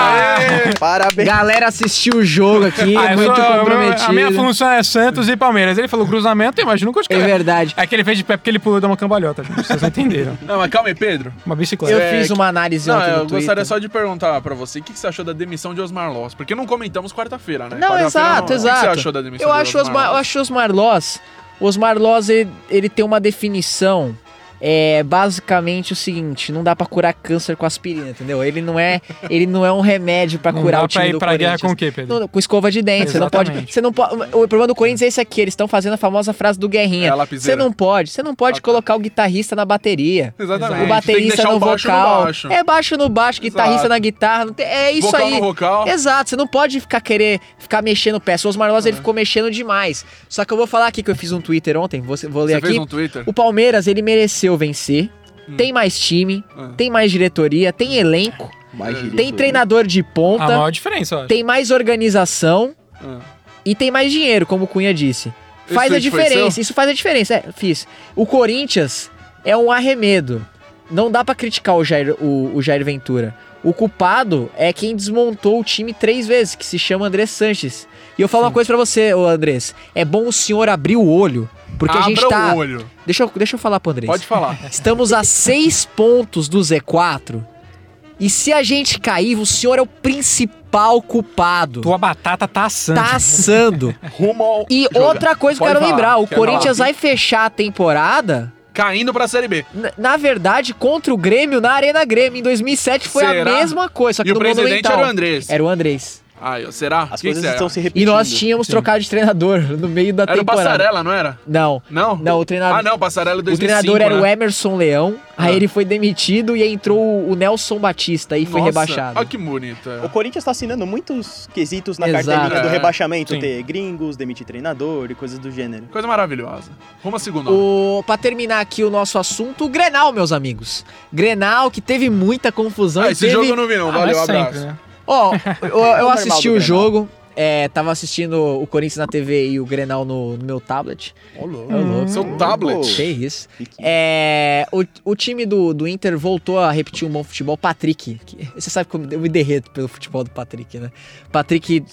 Speaker 4: Parabéns.
Speaker 2: Galera assistiu o jogo aqui, é
Speaker 3: Ah, eu
Speaker 2: muito
Speaker 3: sou- eu- eu- A minha
Speaker 2: comprometido.
Speaker 3: função é Santos e Palmeiras. Ele falou cruzamento, eu imagino que eu acho que
Speaker 2: É
Speaker 3: ele-
Speaker 2: verdade.
Speaker 3: É que ele fez de pé porque ele pulou e deu uma cambalhota, gente. Vocês não entenderam.
Speaker 5: Não, mas calma aí, Pedro.
Speaker 3: Uma bicicleta.
Speaker 2: Eu
Speaker 5: É,
Speaker 2: fiz uma análise
Speaker 5: Não,
Speaker 2: ontem
Speaker 5: eu
Speaker 2: no Twitter.
Speaker 5: gostaria só de perguntar pra você o que, que você achou da demissão de Osmar Loss. Porque não comentamos quarta-feira, né?
Speaker 2: Não,
Speaker 5: Quarta-feira
Speaker 2: exato,
Speaker 5: O que
Speaker 2: exato.
Speaker 5: você achou da demissão
Speaker 2: Eu
Speaker 5: de
Speaker 2: acho, Osmar, eu
Speaker 5: Loss?
Speaker 2: acho Osmar Loz. O Osmar Loz, ele, ele tem uma definição. É basicamente o seguinte: não dá pra curar câncer com aspirina, entendeu? Ele não é, ele não é um remédio pra
Speaker 3: não
Speaker 2: curar
Speaker 3: dá
Speaker 2: o time
Speaker 3: pra ir
Speaker 2: do
Speaker 3: pra guerra
Speaker 2: Corinthians.
Speaker 3: com o quê, Pedro?
Speaker 2: Não, não, com escova de dente, você não pode.
Speaker 3: Exatamente.
Speaker 2: Você não pode. O problema do Corinthians é esse aqui, eles estão fazendo a famosa frase do
Speaker 5: É
Speaker 2: Guerrinha.
Speaker 5: a
Speaker 2: Você
Speaker 5: lapiseira.
Speaker 2: não pode, você não pode
Speaker 5: Ah, tá.
Speaker 2: colocar o guitarrista na bateria.
Speaker 5: Exatamente.
Speaker 2: O
Speaker 5: É, Tem que
Speaker 2: baterista
Speaker 5: deixar
Speaker 2: no
Speaker 5: o baixo
Speaker 2: vocal.
Speaker 5: no baixo.
Speaker 2: É baixo no baixo, guitarrista
Speaker 5: Exato.
Speaker 2: na guitarra. não tem- é isso
Speaker 5: vocal
Speaker 2: aí.
Speaker 5: no vocal.
Speaker 2: Exato, você não pode ficar querer ficar mexendo o pé. O Osmar Loz, ele
Speaker 5: Uhum.
Speaker 2: ficou mexendo demais. Só que eu vou falar aqui que eu fiz um Twitter ontem, vou, vou
Speaker 5: Você
Speaker 2: ler
Speaker 5: fez
Speaker 2: aqui.
Speaker 5: um Twitter? Hum.
Speaker 2: O Palmeiras, ele mereceu vencer. Tem mais time,
Speaker 5: Ah.
Speaker 2: tem mais diretoria, tem elenco,
Speaker 4: Mais direito,
Speaker 2: tem
Speaker 4: né?
Speaker 2: treinador de
Speaker 3: A
Speaker 2: ponta,
Speaker 3: maior diferença, eu acho.
Speaker 2: tem mais organização
Speaker 5: Ah.
Speaker 2: e tem mais dinheiro, como o Cunha disse.
Speaker 5: Esse
Speaker 2: faz a
Speaker 5: tweet foi
Speaker 2: diferença, isso faz a diferença. É, fiz. O Corinthians é um arremedo. Não dá pra criticar o Jair, o, o Jair Ventura. O culpado é quem desmontou o time três vezes, que se chama André Sanches. E eu falo uma coisa pra você, ô Andrés. É bom o senhor abrir o olho, porque
Speaker 5: Abra
Speaker 2: a gente tá.
Speaker 5: o olho.
Speaker 2: Deixa, eu, deixa eu falar pro Andrés.
Speaker 5: Pode falar.
Speaker 2: Estamos a seis pontos do Z4. E se a gente cair, o senhor é o principal culpado.
Speaker 3: Tua batata tá assando.
Speaker 2: Tá assando.
Speaker 5: Rumo ao...
Speaker 2: E
Speaker 5: Joga.
Speaker 2: outra coisa que eu quero
Speaker 5: Pode falar,
Speaker 2: lembrar: o
Speaker 5: quer
Speaker 2: Corinthians
Speaker 5: falar?
Speaker 2: vai fechar a temporada,
Speaker 5: Caindo pra Série B.
Speaker 2: na, na verdade, contra o Grêmio na Arena Grêmio. Em 2007 foi a
Speaker 5: Será?
Speaker 2: mesma coisa, só que
Speaker 5: E o
Speaker 2: no
Speaker 5: presidente
Speaker 2: Monumental.
Speaker 5: era o Andrés.
Speaker 2: Era o Andrés.
Speaker 5: Aí, ó, será?
Speaker 4: As
Speaker 5: Quem
Speaker 4: coisas
Speaker 5: será?
Speaker 4: estão se repetindo.
Speaker 2: E nós tínhamos trocado de treinador no meio da
Speaker 5: Era o
Speaker 2: temporada.
Speaker 5: Passarela, não era?
Speaker 2: Não.
Speaker 5: Não?
Speaker 2: Não, o treinador-
Speaker 5: Ah, não, Passarela é
Speaker 2: O
Speaker 5: 2005,
Speaker 2: treinador era
Speaker 5: né?
Speaker 2: o Emerson Leão, aí
Speaker 5: Ah.
Speaker 2: ele foi demitido e aí entrou o Nelson Batista e foi
Speaker 5: Nossa,
Speaker 2: rebaixado.
Speaker 5: Olha que bonito. é.
Speaker 4: O Corinthians tá assinando muitos quesitos na
Speaker 2: Exato.
Speaker 4: carteirinha do
Speaker 5: É,
Speaker 4: rebaixamento.
Speaker 3: sim.
Speaker 4: Ter gringos, demitir treinador e coisas do gênero.
Speaker 5: Coisa maravilhosa. Vamos a segunda.
Speaker 2: O, pra terminar aqui o nosso assunto, o Grenal, meus amigos. Grenal que teve muita confusão.
Speaker 5: Ah,
Speaker 2: e
Speaker 5: esse
Speaker 2: teve...
Speaker 5: jogo eu não vi, não.
Speaker 3: Ah,
Speaker 5: Valeu,
Speaker 3: mas sempre,
Speaker 5: abraço.
Speaker 3: né?
Speaker 2: Ó, eu- eu,
Speaker 4: normal
Speaker 2: assisti
Speaker 4: do
Speaker 2: o
Speaker 4: Grenal.
Speaker 2: jogo, é, tava assistindo o Corinthians na TV e o Grenal no, no meu tablet.
Speaker 5: Ô, louco.
Speaker 2: É louco.
Speaker 5: Hum. Seu tablet.
Speaker 2: Que isso.
Speaker 4: Fique-
Speaker 2: É, o, o time do, do Inter voltou a repetir um bom futebol. Patrick, que- você sabe como eu me derreto pelo futebol do Patrick, né? Patrick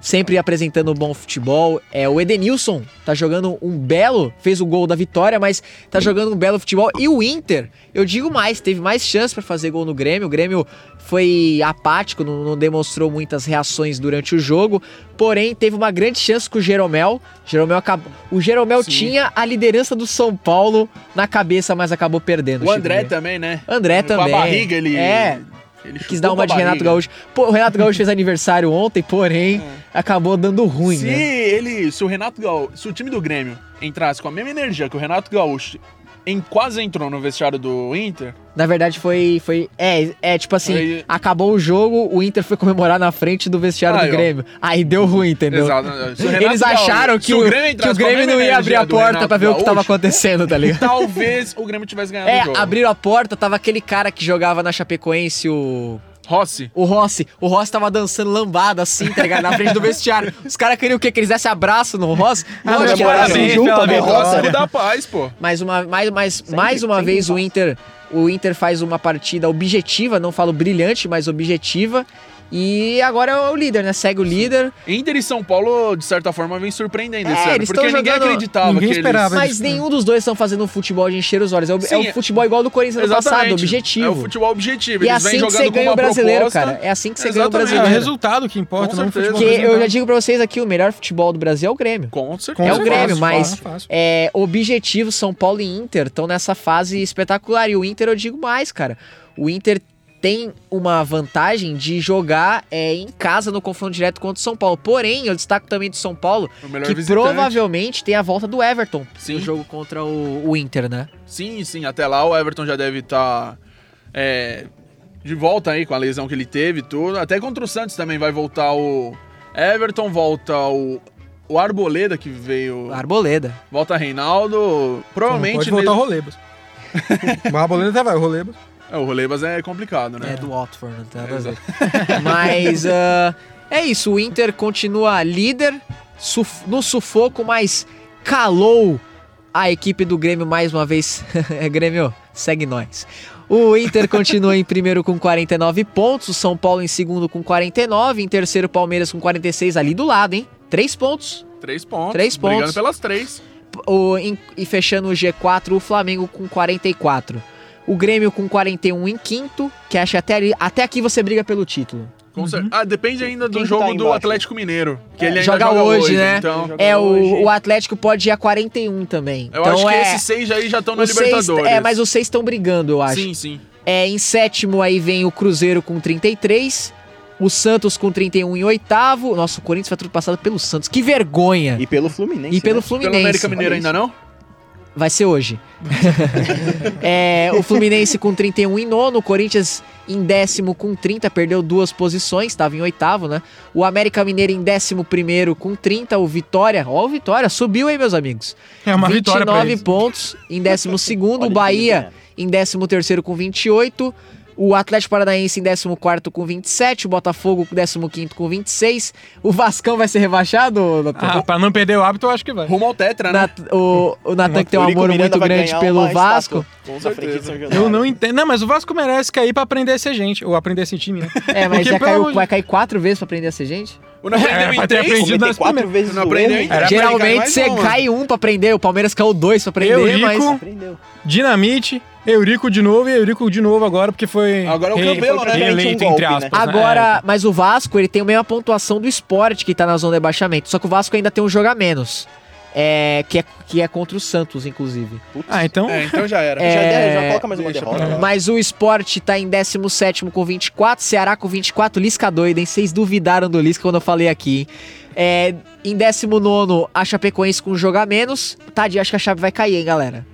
Speaker 2: sempre apresentando um bom futebol. É, o Edenilson tá jogando um belo, fez o gol da vitória, mas tá jogando um belo futebol. E o Inter, eu digo mais, teve mais chance pra fazer gol no Grêmio. O Grêmio foi apático, não, não demonstrou muitas reações durante o jogo. Porém, teve uma grande chance com o Jeromel. Jeromel acabou. O Jeromel
Speaker 5: Sim.
Speaker 2: tinha a liderança do São Paulo na cabeça, mas acabou perdendo.
Speaker 5: O
Speaker 2: Chico
Speaker 5: André
Speaker 2: Xavier.
Speaker 5: também, né?
Speaker 2: André
Speaker 5: Com a
Speaker 2: também.
Speaker 5: barriga, ele...
Speaker 2: É.
Speaker 5: Ele
Speaker 2: Quis
Speaker 5: chutou
Speaker 2: dar
Speaker 5: com a
Speaker 2: uma de Renato
Speaker 5: barriga.
Speaker 2: Gaúcho. Pô, o Renato Gaúcho fez aniversário ontem, porém,
Speaker 5: É.
Speaker 2: acabou dando ruim,
Speaker 5: se
Speaker 2: né?
Speaker 5: ele, se o Renato Gaúcho, se o time do Grêmio entrasse com a mesma energia que o Renato Gaúcho em quase entrou no vestiário do Inter,
Speaker 2: Na verdade, foi. foi é, é tipo assim,
Speaker 5: Aí-
Speaker 2: acabou o jogo, o Inter foi comemorar na frente do vestiário
Speaker 5: Aí,
Speaker 2: do
Speaker 5: ó.
Speaker 2: Grêmio. Aí deu ruim, entendeu?
Speaker 5: Exato. Se o Renato
Speaker 2: Eles
Speaker 5: Gaúcho-
Speaker 2: acharam que
Speaker 5: se
Speaker 2: o, que
Speaker 5: entrasse
Speaker 2: o
Speaker 5: com a
Speaker 2: Grêmio
Speaker 5: mesma
Speaker 2: não ia abrir a
Speaker 5: energia do
Speaker 2: porta
Speaker 5: Renato
Speaker 2: pra ver o que tava
Speaker 5: Gaúcho,
Speaker 2: acontecendo, tá ligado?
Speaker 5: Talvez o Grêmio tivesse ganhado
Speaker 2: É,
Speaker 5: o jogo.
Speaker 2: abriram a porta, tava aquele cara que jogava na Chapecoense, o.
Speaker 5: Rossi.
Speaker 2: O Rossi. O Rossi tava dançando lambada assim, tá ligado? Na frente do vestiário. Os caras queriam o quê? Que eles dessem abraço no Rossi?
Speaker 3: Ah,
Speaker 2: Lógico
Speaker 5: é
Speaker 2: que
Speaker 3: parabéns
Speaker 2: era assim.
Speaker 3: pela
Speaker 4: junta,
Speaker 3: vitória.
Speaker 4: derrota.
Speaker 5: Rossi da paz, pô.
Speaker 2: Mais uma, mais, mais, mais uma
Speaker 4: sempre
Speaker 2: vez o
Speaker 4: passa.
Speaker 2: Inter, o Inter faz uma partida objetiva, não falo brilhante, mas objetiva. E agora é o líder, né? Segue o líder.
Speaker 5: Inter e São Paulo, de certa forma, vem surpreendendo
Speaker 2: É,
Speaker 5: esse ano.
Speaker 2: eles
Speaker 5: Porque
Speaker 2: tão
Speaker 5: ninguém
Speaker 2: jogando- né?
Speaker 5: acreditava
Speaker 3: Ninguém
Speaker 5: que
Speaker 3: esperava.
Speaker 5: eles...
Speaker 2: Mas nenhum dos dois estão fazendo um futebol de encher os olhos. É o, é
Speaker 5: né? Sim,
Speaker 2: o futebol igual do Corinthians ano passado, objetivo.
Speaker 5: É o futebol objetivo.
Speaker 2: e é
Speaker 5: eles
Speaker 2: assim
Speaker 5: vêm
Speaker 2: que
Speaker 5: jogando
Speaker 2: você
Speaker 5: com
Speaker 2: ganha o
Speaker 5: uma
Speaker 2: brasileiro,
Speaker 5: proposta.
Speaker 2: cara. É assim que você ganha o
Speaker 5: Exatamente.
Speaker 3: É o
Speaker 2: brasileiro.
Speaker 3: resultado que importa,
Speaker 5: Com
Speaker 3: não o
Speaker 5: certeza.
Speaker 3: futebol.
Speaker 2: Porque eu já
Speaker 3: apresentado.
Speaker 2: digo pra vocês aqui, o melhor futebol do Brasil é o Grêmio.
Speaker 5: Com
Speaker 3: Com
Speaker 5: certeza.
Speaker 2: É o
Speaker 3: certeza,
Speaker 2: Grêmio,
Speaker 3: fácil,
Speaker 2: mas-
Speaker 3: fácil, fácil.
Speaker 2: É, objetivo, São Paulo e Inter estão nessa fase espetacular. E o Inter, eu digo mais, cara. O Inter tem uma vantagem de jogar é, em casa no confronto direto contra o São Paulo. Porém, eu destaco também do São Paulo,
Speaker 5: O melhor
Speaker 2: que
Speaker 5: visitante.
Speaker 2: provavelmente tem a volta do Everton
Speaker 5: Sim.
Speaker 2: no um jogo contra o, o Inter, né?
Speaker 5: Sim, sim, até lá o Everton já deve estar de volta aí com a lesão que ele teve e tudo. Até contra o Santos também vai voltar o Everton, volta o, o Arboleda que veio,
Speaker 2: Arboleda.
Speaker 5: volta Reinaldo.
Speaker 3: Não
Speaker 5: Provavelmente
Speaker 3: Pode voltar o
Speaker 5: nesse-
Speaker 3: Rolebas. Mas a Bolena até vai, o Rolebas.
Speaker 5: É, o Rolebas é complicado,
Speaker 2: É,
Speaker 5: né?
Speaker 2: do Watford, não tem nada a ver.
Speaker 5: Exato.
Speaker 2: Mas ah, é isso, o Inter continua líder suf- no sufoco, mas calou a equipe do Grêmio mais uma vez. É, Grêmio, segue nós. O Inter continua em primeiro com 49 pontos, o São Paulo em segundo com 49, em terceiro Palmeiras com 46 ali do lado, hein? Três pontos.
Speaker 5: Três pontos.
Speaker 2: Três pontos.
Speaker 5: Brigando pelas três.
Speaker 2: O- em- e fechando o G4, o Flamengo com 44. O Grêmio com 41 em quinto, que acha até ali, até aqui você briga pelo título.
Speaker 5: Com cer- Ah, depende ainda do
Speaker 4: Quem que
Speaker 5: jogo
Speaker 4: tá
Speaker 5: do
Speaker 4: embaixo?
Speaker 5: Atlético Mineiro. Que ele ainda
Speaker 2: Joga
Speaker 5: joga,
Speaker 2: hoje, né?
Speaker 5: Então,
Speaker 4: Joga
Speaker 2: É,
Speaker 4: hoje.
Speaker 2: o, o Atlético pode ir a 41 também.
Speaker 5: eu
Speaker 2: então
Speaker 5: acho que
Speaker 2: é,
Speaker 5: esses seis aí já estão na
Speaker 2: os seis-
Speaker 5: Libertadores.
Speaker 2: é, mas os seis estão brigando, eu acho.
Speaker 5: Sim, sim.
Speaker 2: É, em sétimo aí vem o Cruzeiro com 33, o Santos com 31 em oitavo. Nossa, o Corinthians foi ultrapassado pelo Santos. Que vergonha!
Speaker 4: E pelo Fluminense.
Speaker 2: E, pelo
Speaker 4: né?
Speaker 5: Pelo
Speaker 2: Fluminense.
Speaker 5: América Mineiro
Speaker 4: Olha
Speaker 5: ainda não?
Speaker 2: Vai ser hoje. É, o Fluminense com 31 em nono, o Corinthians em décimo com 30, perdeu duas posições, estava em oitavo, né? O América Mineiro em décimo primeiro com 30, o Vitória, ó o Vitória, subiu aí, meus amigos.
Speaker 3: É uma vitória pra
Speaker 2: 29
Speaker 3: eles.
Speaker 2: pontos em décimo segundo,
Speaker 4: Olha
Speaker 2: o
Speaker 4: que
Speaker 2: Bahia
Speaker 4: coisa, né?
Speaker 2: em 13º com 28, o Atlético Paranaense em 14º com 27, o Botafogo com 15º com 26, o Vascão vai ser rebaixado, Natan?
Speaker 3: Ah, pra não perder o hábito, eu acho que vai.
Speaker 5: Rumo ao Tetra, né?
Speaker 2: Nat- o, o Natan que tem um
Speaker 4: Eurico
Speaker 2: amor
Speaker 4: Miranda
Speaker 2: muito
Speaker 4: vai
Speaker 2: grande
Speaker 4: ganhar
Speaker 2: pelo
Speaker 4: uma
Speaker 2: Vasco.
Speaker 4: estátua na
Speaker 5: certeza.
Speaker 4: frente de São Januário.
Speaker 3: Eu não entendo. Não, mas o Vasco merece cair pra aprender a ser gente. Ou aprender a ser time, né?
Speaker 2: É, mas
Speaker 3: Porque
Speaker 2: já
Speaker 3: pelo
Speaker 2: caiu-
Speaker 3: amor de-
Speaker 2: vai cair quatro vezes pra aprender a ser gente?
Speaker 5: O Não Aprendeu
Speaker 3: É,
Speaker 5: em
Speaker 3: pra ter
Speaker 5: três?
Speaker 3: aprendido.
Speaker 4: Cometer
Speaker 3: nas
Speaker 4: quatro
Speaker 3: primeiras.
Speaker 4: vezes
Speaker 5: Não
Speaker 4: o
Speaker 5: aprendeu
Speaker 4: erro,
Speaker 5: ainda.
Speaker 4: cara.
Speaker 3: Era pra ele
Speaker 5: cair
Speaker 2: Geralmente
Speaker 5: mais
Speaker 2: você
Speaker 5: um, né?
Speaker 2: cai um pra aprender, o Palmeiras caiu dois pra aprender,
Speaker 3: Eurico,
Speaker 2: mas...
Speaker 4: Aprendeu.
Speaker 3: Dinamite, Eurico de novo e Eurico de novo agora, porque foi.
Speaker 5: Agora é o
Speaker 3: re-
Speaker 5: Campelo,
Speaker 3: foi
Speaker 5: né?
Speaker 3: Reeleito,
Speaker 4: Realmente um golpe,
Speaker 3: entre aspas. né?
Speaker 2: Agora, mas o Vasco, ele tem a mesma pontuação do esporte que tá na zona de rebaixamento. Só que o Vasco ainda tem um jogo a menos. é, que, é, que é contra o Santos, inclusive.
Speaker 4: Putz.
Speaker 3: Ah, então.
Speaker 5: É, então já era.
Speaker 4: Já,
Speaker 2: É,
Speaker 4: já coloca mais uma
Speaker 5: deixa
Speaker 4: derrota.
Speaker 5: pra lá.
Speaker 2: Mas o esporte tá em 17 com 24, Ceará com 24, Lisca doido, hein? Vocês duvidaram do Lisca quando eu falei aqui, hein? É, em 19, a Chapecoense com um jogo a menos. Tadinho, acho que a Chave vai cair, hein, galera?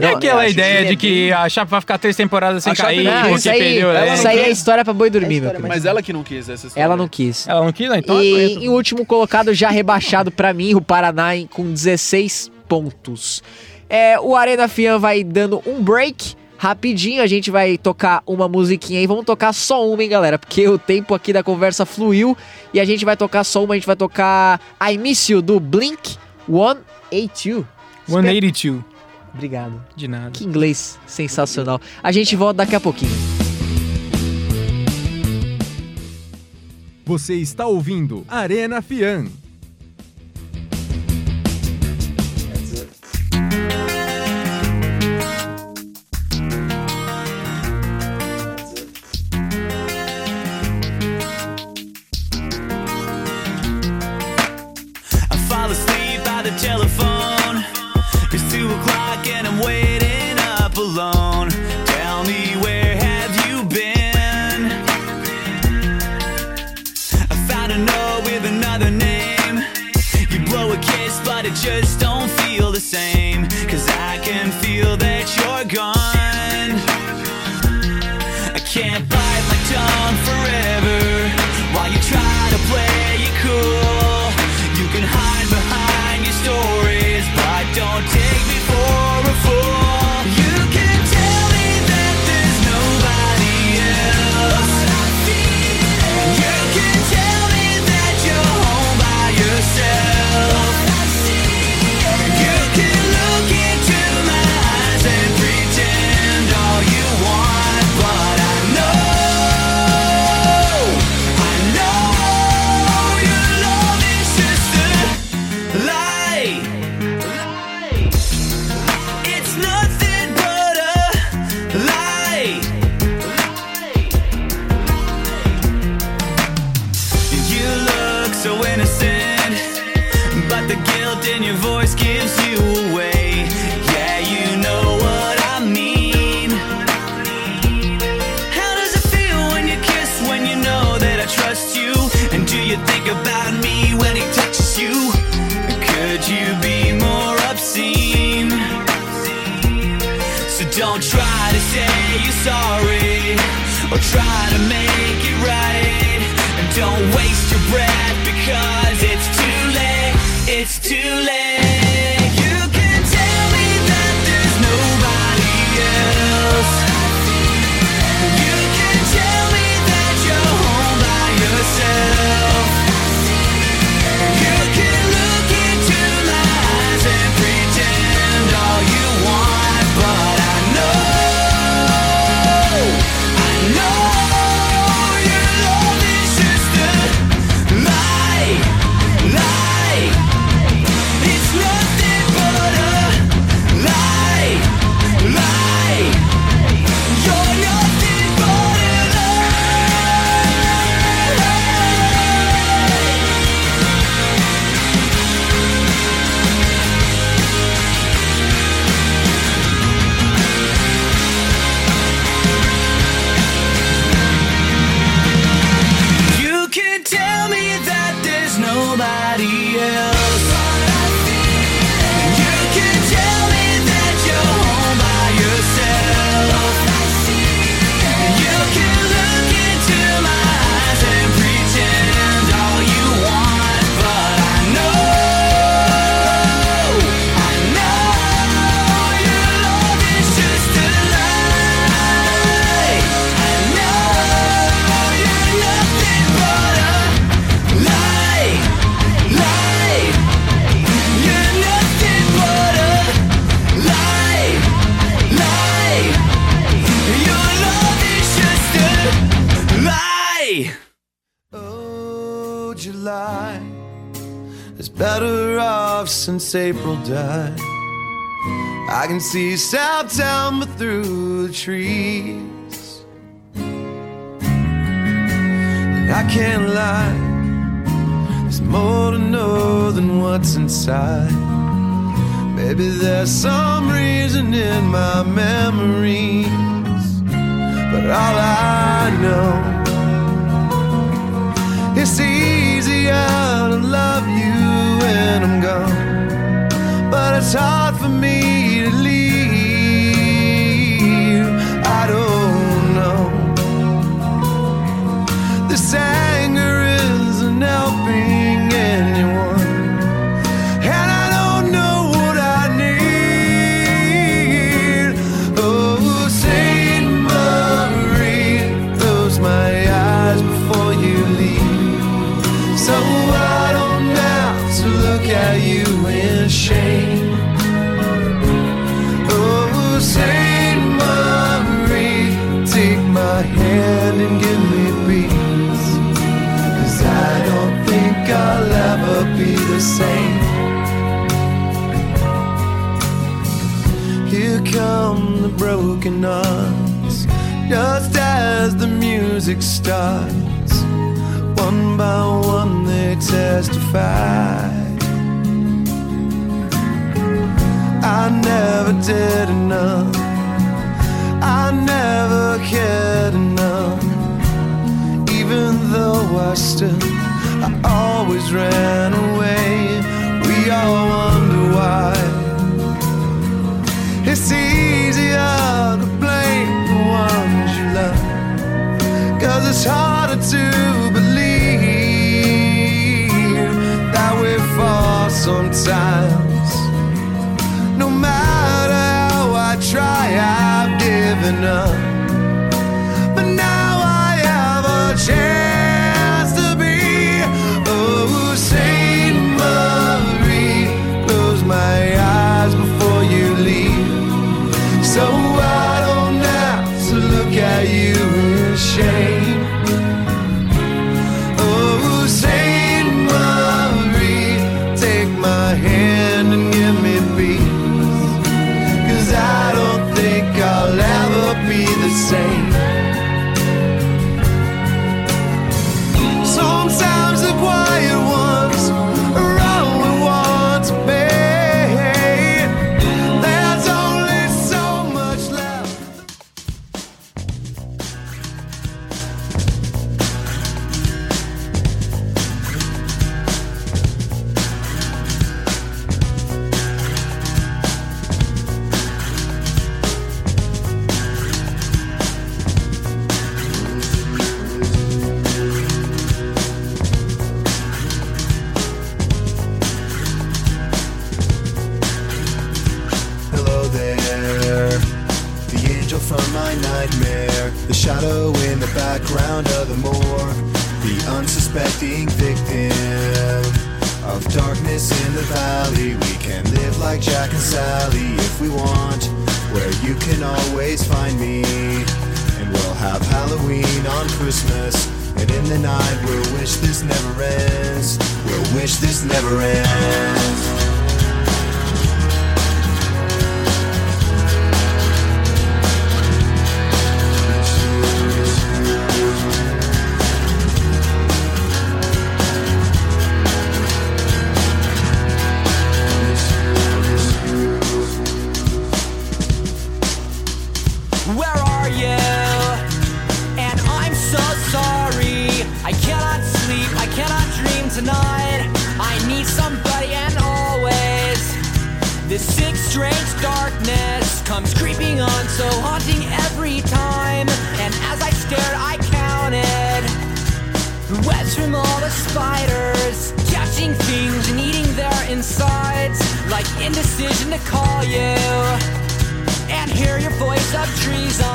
Speaker 3: É aquela
Speaker 4: acho
Speaker 3: ideia de
Speaker 4: que
Speaker 3: que a Chape vai ficar três temporadas sem
Speaker 5: A Chape
Speaker 3: cair,
Speaker 5: não,
Speaker 3: porque
Speaker 2: isso aí,
Speaker 3: perdeu.
Speaker 5: ela
Speaker 3: né?
Speaker 2: isso aí é
Speaker 5: quis.
Speaker 2: história pra boi dormir,
Speaker 4: É
Speaker 2: meu
Speaker 4: história,
Speaker 2: querido.
Speaker 5: Mas é. ela que não quis essa história.
Speaker 2: Ela não quis.
Speaker 3: Ela não quis, né? então. ela
Speaker 2: E
Speaker 3: aguenta.
Speaker 2: em último colocado, já rebaixado pra mim, o Paraná em- com 16 pontos. É, o Arena Fian vai dando um break. Rapidinho, a gente vai tocar uma musiquinha aí. Vamos tocar só uma, hein, galera? Porque o tempo aqui da conversa fluiu. E a gente vai tocar só uma. A gente vai tocar I Miss You, do Blink 182.
Speaker 3: 182.
Speaker 2: Obrigado.
Speaker 3: De nada.
Speaker 2: Que inglês sensacional. A gente volta daqui a pouquinho.
Speaker 1: Você está ouvindo Arena Fian.
Speaker 6: I fall asleep by the telephone. It's two o'clock and I'm waiting up alone. Tell me where have you been? I found a note with another name. You blow a kiss, but it just don't feel the same. Cause I can feel that you're gone. I can't bite my tongue forever while you try to play it cool. You can hide behind your stories, but don't take me for a fool. You can tell me that there's nobody else. You can tell me that you're home by yourself. You can look into my eyes and pretend all you want, but I know, I know your love is just a lie. It's nothing but a lie. You look so innocent, but the guilt in your voice gives you away. Yeah, you know what I mean. How does it feel when you kiss when you know that I trust you? And do you think about me when he touches you? Could you be more obscene? So don't try to say you're sorry or try to make it right. And don't waste your breath because it's too late. It's too late. You can tell me that there's nobody else. You can tell me that you're home by yourself. You can look into my eyes and pretend all you want, but I know, I know your love is just a lie, lie. It's nothing but a lie, lie. You're nothing but a lie. You can tell me that there's nobody else. You can tell me that you're home by yourself. You can look into my eyes and pretend all you want, but I know, I know your love is just a lie. I know you're nothing but a lie, lie. You're nothing but a lie, lie. Your love is just a lie.
Speaker 7: Oh, July is better off since April died. I can see September through the trees. And I can't lie, there's more to know than what's inside. Maybe there's some reason in my memories, but all I know it's easier to love you when I'm gone, but it's hard for me to leave. I don't know. This anger isn't helping anyone. And I don't know what I need. Oh, Saint Marie, close my eyes before you leave. So I don't have to look at you in shame. Oh, Saint Marie, take my hand and give me peace. Cause I don't think I'll ever be the same. Here come the broken hearts, just as the music starts. One by one they testify. I never did enough. I never cared enough. Even though I still, I always ran away. We all wonder why. It's easier to blame the ones you love. Cause it's harder to believe that we fall sometimes. No matter how I try, I've given up. But now I have a chance to be. Oh, Saint Marie, close my eyes before you leave. So I don't have to look at you in shame. Oh, Saint Marie, take my hand and give me peace. Cause I don't think I'll ever be the same. Sometimes the quiet ones are all we want to be. There's only so much left. Hello there. The angel from my nightmare. The shadow in the background of the moor. The unsuspecting victim of darkness in the valley. We can live like Jack and Sally if we want. Where you can always find me. And we'll have Halloween on Christmas. And in the night, we'll wish this never ends. We'll wish this never ends.
Speaker 6: Where are you? And I'm so sorry. I cannot sleep. I cannot dream tonight. I need somebody and always. This sick, strange darkness comes creeping on, so haunting every time. And as I stared, I counted the webs from all the spiders, catching things and eating their insides. Like indecision to call you and hear your voice of treason.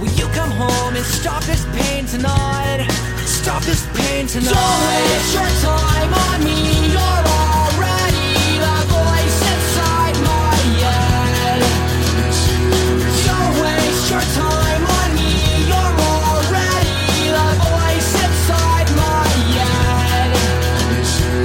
Speaker 6: Will you come home and stop this pain tonight? Stop this pain tonight. Don't waste your time on me. You're already the voice inside my head. Don't waste your time on me. You're already the voice inside my head.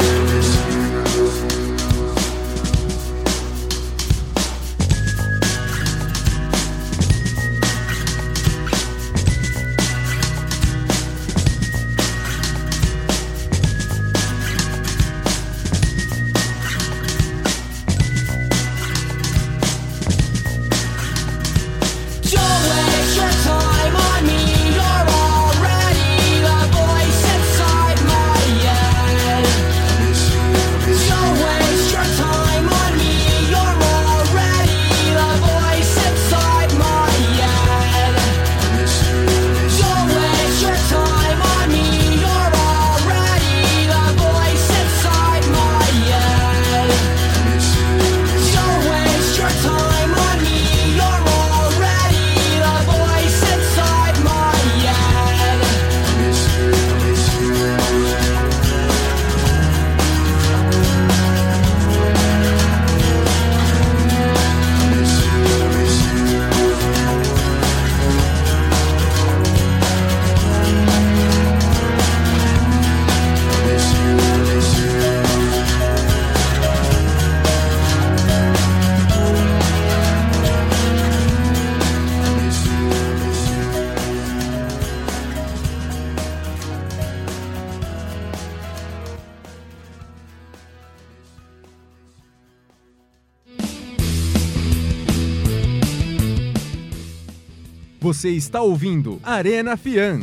Speaker 1: Você está ouvindo Arena Fian.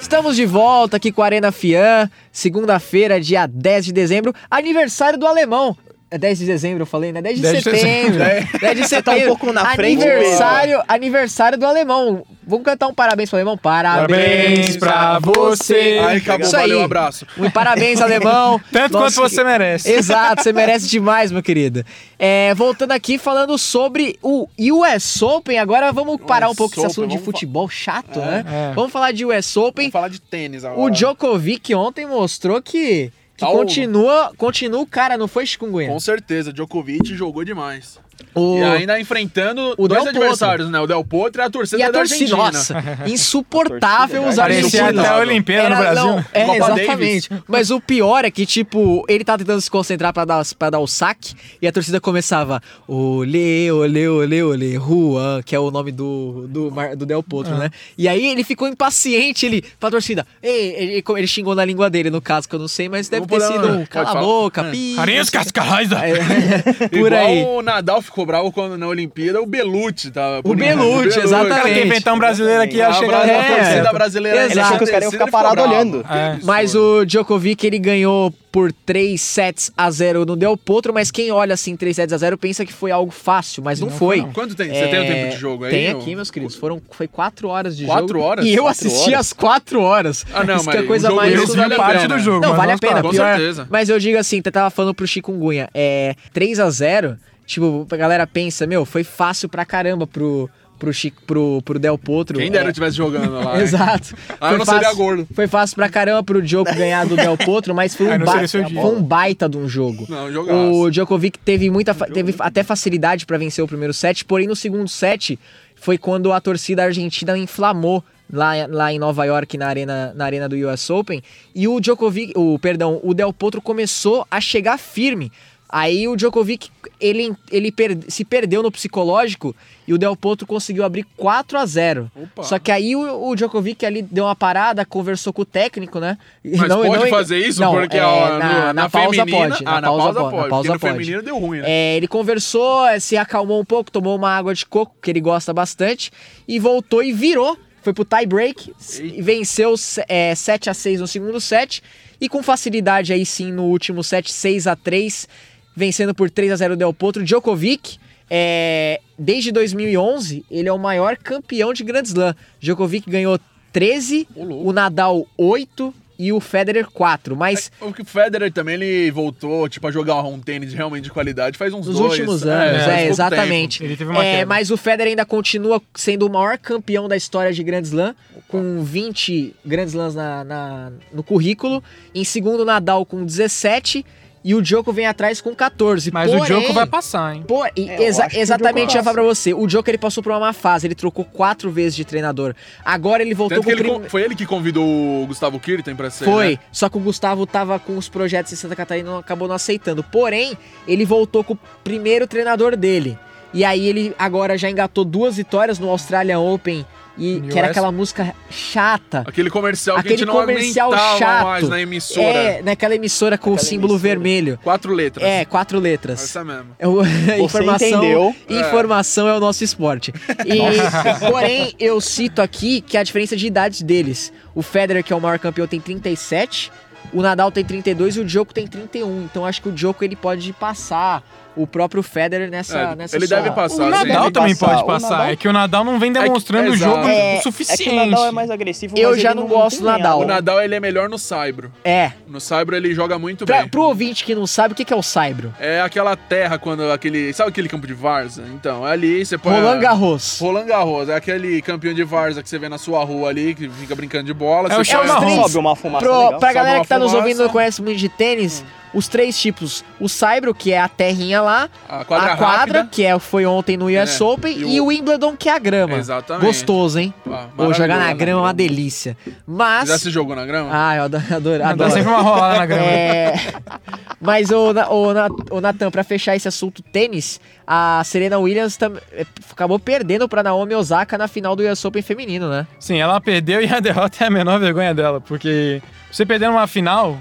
Speaker 2: Estamos de volta aqui com a Arena Fian, segunda-feira, dia 10 de dezembro, aniversário do alemão. É 10 de dezembro, eu falei, né? 10 de
Speaker 3: 10 de
Speaker 2: setembro. 10 de setembro.
Speaker 4: tá um pouco na frente mesmo.
Speaker 2: Aniversário, aniversário do alemão. Vamos cantar um parabéns pro alemão? Parabéns,
Speaker 3: Parabéns pra você.
Speaker 5: Aí acabou,
Speaker 2: Isso aí.
Speaker 5: valeu, abraço.
Speaker 2: Um parabéns, alemão.
Speaker 3: Tanto
Speaker 2: Nossa,
Speaker 3: quanto você
Speaker 2: que-
Speaker 3: merece.
Speaker 2: Exato, você merece demais, meu querido. É, voltando aqui, falando sobre o US Open. Agora vamos parar um
Speaker 5: US
Speaker 2: pouco esse
Speaker 5: Open,
Speaker 2: assunto de
Speaker 5: vamos fa-
Speaker 2: futebol chato, né?
Speaker 3: é.
Speaker 2: Vamos falar de US Open.
Speaker 5: Vamos falar de tênis agora.
Speaker 2: O Djokovic ontem mostrou que, que
Speaker 5: Tá o-
Speaker 2: continua, continua o cara, não foi chikungunya.
Speaker 5: Com certeza, Djokovic jogou demais.
Speaker 2: O-
Speaker 5: E ainda enfrentando
Speaker 2: O Del
Speaker 5: dois
Speaker 2: Potro.
Speaker 5: adversários, né? O Del Potro e a
Speaker 2: E
Speaker 5: torcida
Speaker 2: a
Speaker 5: da
Speaker 2: torcida,
Speaker 5: Argentina.
Speaker 2: nossa, insuportável
Speaker 4: A torcida,
Speaker 2: os
Speaker 5: cara.
Speaker 3: Parecia
Speaker 2: argentinos.
Speaker 3: até a Olimpíada no
Speaker 2: Era-
Speaker 3: Brasil.
Speaker 2: não, é,
Speaker 5: Copa
Speaker 2: exatamente. Mas o pior é que, tipo, ele tá tentando se concentrar pra dar, pra dar o saque e a torcida começava olê, olê, olê, olê, Juan, que é o nome do, do, Mar- do Del
Speaker 3: Ah.
Speaker 2: Potro, né? E aí ele ficou impaciente, ele, pra torcida. Ei, ele, ele, xingou na língua dele, no caso, que eu não sei, mas deve
Speaker 5: Não
Speaker 2: ter
Speaker 5: vou dar-
Speaker 2: sido um
Speaker 5: pode
Speaker 2: cala a
Speaker 5: falar.
Speaker 3: É.
Speaker 2: boca, pi.
Speaker 3: Carinhas cascarrais.
Speaker 2: É, Por
Speaker 5: Igual
Speaker 2: aí.
Speaker 5: o Nadal ficou bravo quando na Olimpíada, o Belucci tava...
Speaker 2: O Belucci,
Speaker 3: Cara,
Speaker 2: exatamente.
Speaker 3: quer inventar um brasileiro aqui ia
Speaker 5: A,
Speaker 3: chegar
Speaker 5: bra-
Speaker 3: na
Speaker 5: a
Speaker 2: É.
Speaker 5: torcida
Speaker 3: torcida.
Speaker 5: brasileira...
Speaker 2: Ele achou que os
Speaker 5: enardecida,
Speaker 4: caras iam ficar
Speaker 5: ele ficou
Speaker 4: parado
Speaker 5: bravo.
Speaker 4: olhando.
Speaker 5: Que absurdo.
Speaker 2: Mas o Djokovic ele ganhou por 3 sets a 0 no Del Potro, mas quem olha assim 3 sets a 0 pensa que foi algo fácil, mas não, foi.
Speaker 5: Quanto tem?
Speaker 2: É,
Speaker 5: Você tem o tempo de jogo aí?
Speaker 2: Tem
Speaker 5: ou-
Speaker 2: aqui, meus queridos. Foram, foi 4 horas de
Speaker 5: Quatro
Speaker 2: jogo.
Speaker 5: horas?
Speaker 2: E eu
Speaker 5: Quatro
Speaker 2: assisti
Speaker 5: horas?
Speaker 2: às 4 horas.
Speaker 5: Ah, não,
Speaker 2: Isso que é
Speaker 5: mas
Speaker 2: coisa
Speaker 5: o jogo-
Speaker 2: mais...
Speaker 5: eu
Speaker 3: Eles
Speaker 5: Isso vale
Speaker 3: viram
Speaker 5: a
Speaker 3: parte
Speaker 5: pena.
Speaker 3: do jogo.
Speaker 2: Não,
Speaker 3: mas
Speaker 2: vale a
Speaker 3: nós
Speaker 2: pena.
Speaker 3: paramos.
Speaker 5: Com
Speaker 2: pior-
Speaker 5: certeza.
Speaker 2: Mas eu digo assim, eu tava falando pro Chikungunya, é 3 a 0 tipo, a galera pensa, meu, foi fácil pra caramba pro, pro, Chico, pro, pro Del Potro.
Speaker 5: Quem dera
Speaker 2: É,
Speaker 5: eu estivesse jogando lá. hein?
Speaker 2: Exato.
Speaker 5: Ah, eu
Speaker 2: Foi
Speaker 5: não seria gordo.
Speaker 2: Foi fácil pra caramba pro Djokovic ganhar do Del Potro, mas foi
Speaker 3: Ah,
Speaker 2: um,
Speaker 3: não
Speaker 2: ba-
Speaker 3: seria seu dia.
Speaker 2: foi um baita de um jogo.
Speaker 5: Não,
Speaker 2: o
Speaker 5: jogaço.
Speaker 2: Djokovic teve muita fa- teve até facilidade pra vencer o primeiro set, porém no segundo set foi quando a torcida argentina inflamou lá, lá em Nova York na arena na arena do US Open e o Djokovic, o perdão, o Del Potro começou a chegar firme. Aí o Djokovic, ele, ele per- se perdeu no psicológico e o Del Potro conseguiu abrir 4 a 0
Speaker 5: Opa.
Speaker 2: Só que aí o, o Djokovic ali deu uma parada, conversou com o técnico, né? E
Speaker 5: Mas pode fazer isso? porque ó, no-
Speaker 2: é, na,
Speaker 5: na,
Speaker 2: na pausa
Speaker 5: feminina...
Speaker 2: pode.
Speaker 5: ah, na
Speaker 2: na
Speaker 5: pausa pode.
Speaker 2: pausa
Speaker 5: porque
Speaker 2: pode.
Speaker 5: no feminino deu ruim, né?
Speaker 2: É, ele conversou, eh, se acalmou um pouco, tomou uma água de coco, que ele gosta bastante, e voltou e virou. Foi pro tie break, s- e venceu se- eh, 7 a 6 no segundo set, e com facilidade aí sim no último set, 6 a 3 vencendo por 3 a 0 o Del Potro. Djokovic, eh, desde 2011, ele é o maior campeão de Grand Slam. Djokovic ganhou 13,
Speaker 5: Ô, louco.
Speaker 2: o Nadal 8 e o Federer 4, mas...
Speaker 5: O que o Federer também ele voltou tipo a jogar um tênis realmente de qualidade faz uns
Speaker 2: Nos
Speaker 5: dois,
Speaker 2: últimos
Speaker 5: é,
Speaker 2: anos,
Speaker 5: faz
Speaker 2: é,
Speaker 5: pouco tempo.
Speaker 2: exatamente.
Speaker 3: Ele teve uma
Speaker 2: É,
Speaker 3: queda.
Speaker 2: mas o Federer ainda continua sendo o maior campeão da história de Grand Slam, com 20 Grand Slams na, na- no currículo. Em segundo, Nadal com 17 e o Djoko vem atrás com 14.
Speaker 3: Mas o
Speaker 2: Porém-
Speaker 3: Djokovic vai passar, hein?
Speaker 2: Pô, e
Speaker 4: É, eu
Speaker 2: exa-
Speaker 4: acho que o
Speaker 2: exatamente,
Speaker 4: Djokovic
Speaker 2: já falar pra você. O Djokovic ele passou por uma má fase, ele trocou quatro vezes de treinador. Agora ele voltou
Speaker 5: Tanto que
Speaker 2: com o
Speaker 5: ele
Speaker 2: prim-
Speaker 5: con- foi ele que convidou o Gustavo Kirten pra ser.
Speaker 2: Foi,
Speaker 5: né?
Speaker 2: só que o Gustavo tava com os projetos em Santa Catarina e não- acabou não aceitando. Porém, ele voltou com o primeiro treinador dele. E aí ele agora já engatou duas vitórias no Australian Open, e,
Speaker 3: No
Speaker 2: que era
Speaker 3: US.
Speaker 2: aquela música chata.
Speaker 5: Aquele comercial que a
Speaker 2: Aquele
Speaker 5: gente não
Speaker 2: comercial
Speaker 5: aguentava
Speaker 2: chato.
Speaker 5: mais na emissora.
Speaker 2: É, naquela emissora com o
Speaker 4: Aquela
Speaker 2: símbolo
Speaker 4: emissora.
Speaker 2: vermelho.
Speaker 5: Quatro letras.
Speaker 2: É, quatro letras.
Speaker 5: Essa mesmo.
Speaker 2: É o- informação,
Speaker 4: entendeu.
Speaker 2: Informação é. o nosso esporte. E, porém, eu cito aqui que a diferença de idades deles. O Federer, que é o maior campeão, tem 37, o Nadal tem 32 e o Djokovic tem 31. Então acho que o Djokovic ele pode passar o próprio Federer nessa
Speaker 5: É,
Speaker 2: nessa
Speaker 5: ele
Speaker 2: só.
Speaker 5: deve
Speaker 3: O
Speaker 5: passar. sim.
Speaker 3: Nadal
Speaker 4: Ele
Speaker 2: tá
Speaker 3: também
Speaker 4: passar.
Speaker 3: pode
Speaker 4: O
Speaker 3: passar.
Speaker 4: Nadal-
Speaker 3: É que o Nadal não vem demonstrando o
Speaker 5: exato.
Speaker 3: jogo
Speaker 2: É, é que o
Speaker 3: o
Speaker 4: É que
Speaker 3: suficiente.
Speaker 4: o Nadal é mais agressivo.
Speaker 2: Eu
Speaker 4: mas
Speaker 2: já
Speaker 4: ele
Speaker 2: não gosto do
Speaker 4: tem
Speaker 2: Nadal.
Speaker 5: O
Speaker 4: ela.
Speaker 5: Nadal ele é melhor no Saibro.
Speaker 2: É.
Speaker 5: No Saibro ele joga muito
Speaker 2: Pra,
Speaker 5: bem.
Speaker 2: pro ouvinte que não sabe, o que que é o Saibro?
Speaker 5: É aquela terra quando aquele. Sabe aquele campo de Varza? Então, ali você põe. a-
Speaker 2: Roland Garros.
Speaker 5: Roland Garros, é aquele campeão de Varza que você vê na sua rua ali, que fica brincando de bola.
Speaker 3: É o
Speaker 5: você põe- assim,
Speaker 3: Chamarrão.
Speaker 4: Sobe uma fumaça
Speaker 2: Pro,
Speaker 4: legal.
Speaker 2: pra
Speaker 5: Sobe
Speaker 2: galera
Speaker 5: uma
Speaker 2: que tá nos
Speaker 5: fumaça. Hum.
Speaker 2: ouvindo e não conhece muito de tênis, os três tipos. O Saibro, que é a terrinha lá.
Speaker 5: A quadra
Speaker 2: a quadra,
Speaker 5: rápida.
Speaker 2: que é, foi ontem no US
Speaker 5: É,
Speaker 2: Open.
Speaker 5: e
Speaker 2: E, o Wimbledon, que é a grama.
Speaker 5: Exatamente.
Speaker 2: Gostoso, hein?
Speaker 5: Ah,
Speaker 2: Pô, jogar na
Speaker 5: maravilhoso.
Speaker 2: grama é uma delícia.
Speaker 5: Já se
Speaker 2: Mas...
Speaker 5: jogou na grama?
Speaker 2: Ah, eu adoro, adoro.
Speaker 3: Dá
Speaker 2: adoro.
Speaker 3: é sempre uma rolada na grama.
Speaker 2: É. Mas, o, o, Natan, pra fechar esse assunto tênis, a Serena Williams tam- eh, acabou perdendo pra Naomi Osaka na final do US Open feminino, né?
Speaker 3: Sim, ela perdeu e a derrota é a menor vergonha dela, porque você perder numa final,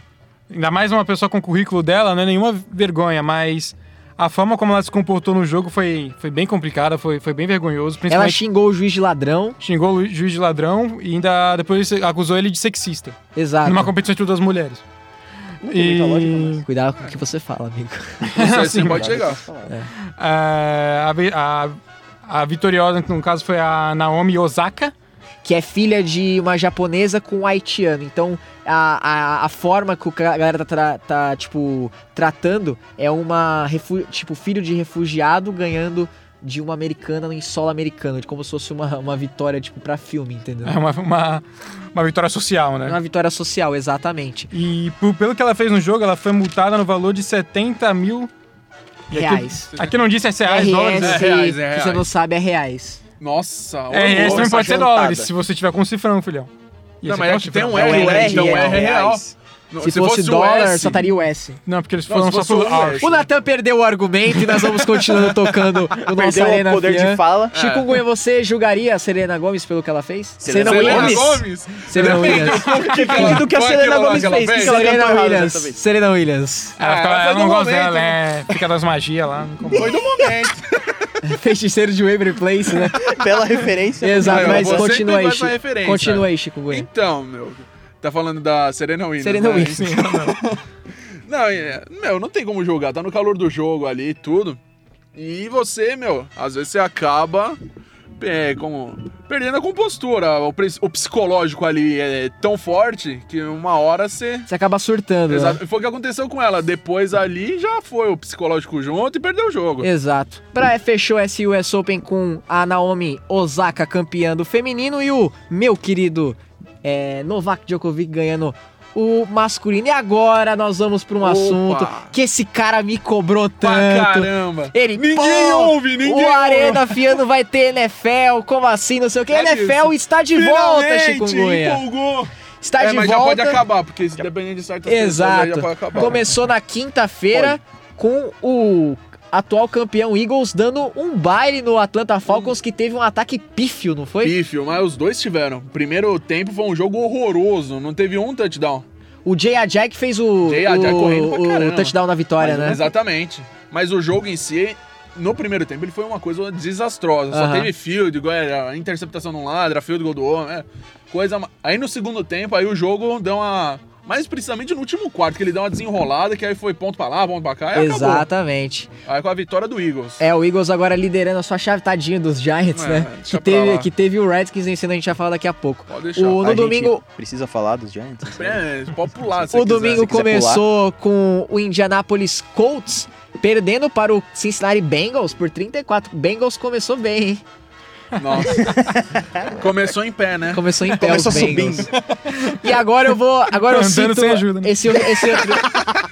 Speaker 3: ainda mais uma pessoa com o currículo dela, não é nenhuma vergonha, mas a forma como ela se comportou no jogo foi, foi bem complicada, foi, foi bem vergonhoso,
Speaker 2: Ela
Speaker 3: principalmente
Speaker 2: xingou o juiz de ladrão.
Speaker 3: xingou o juiz de ladrão e ainda depois acusou ele de sexista,
Speaker 2: Exato.
Speaker 3: numa competição entre duas mulheres.
Speaker 4: Ah, tá. tem muita lógica, né? mas-
Speaker 2: Cuidado com o que você fala, amigo.
Speaker 5: Isso aí você
Speaker 3: Sim,
Speaker 5: pode chegar.
Speaker 3: Ah, a, vi- a, a vitoriosa, que no caso, foi a Naomi Osaka.
Speaker 2: Que é filha de uma japonesa com um haitiano. Então, a, a, a forma que o ca- a galera tá, tra- tá, tipo, tratando é uma. refu- Tipo, filho de refugiado ganhando de uma americana em solo americano. De como se fosse uma, uma vitória, tipo, pra filme, entendeu?
Speaker 3: É uma, uma, uma vitória social, né?
Speaker 2: Uma vitória social, exatamente.
Speaker 3: E por- pelo que ela fez no jogo, ela foi multada no valor de 70 mil. E aqui-
Speaker 2: Reais.
Speaker 3: Aqui não disse é reais, dólares.
Speaker 2: RS,
Speaker 5: é
Speaker 3: né?
Speaker 5: reais, é
Speaker 2: que você
Speaker 5: reais.
Speaker 2: não sabe, é reais.
Speaker 5: Nossa, ô,
Speaker 3: RS
Speaker 5: louco,
Speaker 3: É também pode
Speaker 5: essa
Speaker 3: ser
Speaker 5: jantada.
Speaker 3: dólares, se você tiver com um cifrão, filhão. E
Speaker 5: Não,
Speaker 3: esse
Speaker 5: mas
Speaker 3: é
Speaker 5: é
Speaker 3: com
Speaker 5: que tem um
Speaker 3: cifrão.
Speaker 5: R,
Speaker 4: É o
Speaker 5: né?
Speaker 4: R,
Speaker 5: Então o
Speaker 4: é
Speaker 5: R é real.
Speaker 4: reais.
Speaker 3: um-
Speaker 5: Não,
Speaker 2: Se, fosse, dólar,
Speaker 5: S,
Speaker 2: só estaria o S.
Speaker 3: Não, porque eles
Speaker 5: um Não,
Speaker 3: foram
Speaker 5: se
Speaker 3: só
Speaker 5: fosse um
Speaker 3: pro
Speaker 5: o
Speaker 3: hours.
Speaker 5: S.
Speaker 2: O Natan perdeu o argumento e nós vamos continuando tocando o nosso
Speaker 4: Perdeu
Speaker 2: Arena
Speaker 4: o poder
Speaker 2: Fian.
Speaker 4: de fala.
Speaker 5: Ah.
Speaker 2: Chico Gunha, você julgaria a Serena Gomes pelo que ela fez?
Speaker 4: Serena
Speaker 5: Selena
Speaker 4: Williams.
Speaker 5: Gomes?
Speaker 2: Serena Williams.
Speaker 4: Depende do que a
Speaker 5: Foi
Speaker 4: Selena
Speaker 5: aquilo lá
Speaker 4: Gomez
Speaker 5: que ela
Speaker 4: fez, o que
Speaker 5: fez?
Speaker 4: que ela
Speaker 2: Serena
Speaker 4: cantou errado
Speaker 2: Williams.
Speaker 4: dessa vez.
Speaker 2: Serena Williams.
Speaker 3: Ela,
Speaker 5: Ah,
Speaker 3: fica-
Speaker 5: ela
Speaker 3: ela
Speaker 5: foi
Speaker 3: não
Speaker 5: do
Speaker 3: gosta
Speaker 5: momento, né?
Speaker 3: dela, é, fica das magias lá. não compra.
Speaker 5: Foi do momento.
Speaker 2: Feiticeiro de Waverly Place, né?
Speaker 4: Bela referência.
Speaker 2: Exato,
Speaker 5: Não,
Speaker 2: mas
Speaker 5: você
Speaker 2: continua
Speaker 5: pegou
Speaker 2: aí,
Speaker 5: essa
Speaker 2: Chico.
Speaker 5: referência.
Speaker 2: Continua aí, Chico Gunha.
Speaker 5: Então, meu. Tá falando da Serena Williams.
Speaker 2: Serena
Speaker 5: né?
Speaker 2: Williams.
Speaker 5: Não, é, meu, não tem como jogar. Tá no calor do jogo ali e tudo. E você, meu, às vezes você acaba é, como, perdendo a compostura. O, pres- o psicológico ali é tão forte que uma hora você.
Speaker 2: Você acaba surtando, né?
Speaker 5: Exato. Foi o que aconteceu com ela. Depois ali já foi o psicológico junto e perdeu o
Speaker 2: É
Speaker 5: jogo.
Speaker 2: Exato. Pra fechou esse US Open com a Naomi Osaka campeã do feminino e o meu querido é, Novak Djokovic ganhando o masculino. E agora nós vamos pra um
Speaker 5: Opa!
Speaker 2: assunto que esse cara me cobrou
Speaker 5: Pra
Speaker 2: tanto.
Speaker 5: caramba.
Speaker 2: Ele,
Speaker 5: Ninguém
Speaker 2: pô,
Speaker 5: ouve, ninguém
Speaker 2: O
Speaker 5: ouve.
Speaker 2: Arena Fiano vai ter NFL, como assim, não sei o que.
Speaker 5: Sabe
Speaker 2: NFL
Speaker 5: É isso?
Speaker 2: está de volta, Chico Chikungunya.
Speaker 5: empolgou.
Speaker 2: Está
Speaker 5: é,
Speaker 2: Tá de
Speaker 5: mas já
Speaker 2: volta.
Speaker 5: pode acabar, tá porque se dependendo de certas pessoas, aí
Speaker 2: Exato.
Speaker 5: já pode acabar.
Speaker 2: Começou na quinta-feira com o atual campeão Eagles dando um baile no Atlanta Falcons que teve um ataque pífio, não foi?
Speaker 5: Pífio, mas os dois tiveram. Primeiro tempo foi um jogo horroroso, não teve um touchdown.
Speaker 2: O J.A. Jack fez o,
Speaker 5: J.A. Jack
Speaker 2: o-
Speaker 5: correndo pra
Speaker 2: o
Speaker 5: caramba.
Speaker 2: touchdown na vitória,
Speaker 5: Mas-
Speaker 2: né?
Speaker 5: Exatamente. Mas o jogo em si, no primeiro tempo, ele foi uma coisa desastrosa. Só
Speaker 2: Aham.
Speaker 5: teve field, goal, era interceptação de um lado, era field goal do outro. é, coisa... ma- Aí no segundo tempo, aí o jogo deu uma... Mais precisamente no último quarto, que ele deu uma desenrolada, que aí foi ponto pra lá, ponto pra cá, e acabou.
Speaker 2: Exatamente.
Speaker 5: Aí com a vitória do Eagles.
Speaker 2: É, o Eagles agora liderando a sua chave, tadinho dos Giants,
Speaker 5: É,
Speaker 2: né?
Speaker 5: deixa
Speaker 2: Que
Speaker 5: pra
Speaker 2: teve,
Speaker 5: lá.
Speaker 2: que teve o Redskins vencendo, a gente vai falar daqui a pouco.
Speaker 5: Pode deixar.
Speaker 2: O,
Speaker 4: A
Speaker 2: no
Speaker 4: gente
Speaker 2: domingo,
Speaker 4: Precisa falar dos Giants?
Speaker 5: É, pode pular, se
Speaker 2: O
Speaker 5: quiser.
Speaker 2: domingo
Speaker 4: se quiser
Speaker 2: começou com o Indianapolis Colts perdendo para o Cincinnati Bengals por 34. Bengals começou bem, hein?
Speaker 5: Nossa. Começou em pé, né?
Speaker 2: Começou em pé
Speaker 4: Começou
Speaker 2: os Bengals. E agora eu vou, agora eu
Speaker 3: Andando
Speaker 2: cito
Speaker 3: sem ajuda, né?
Speaker 2: esse esse outro-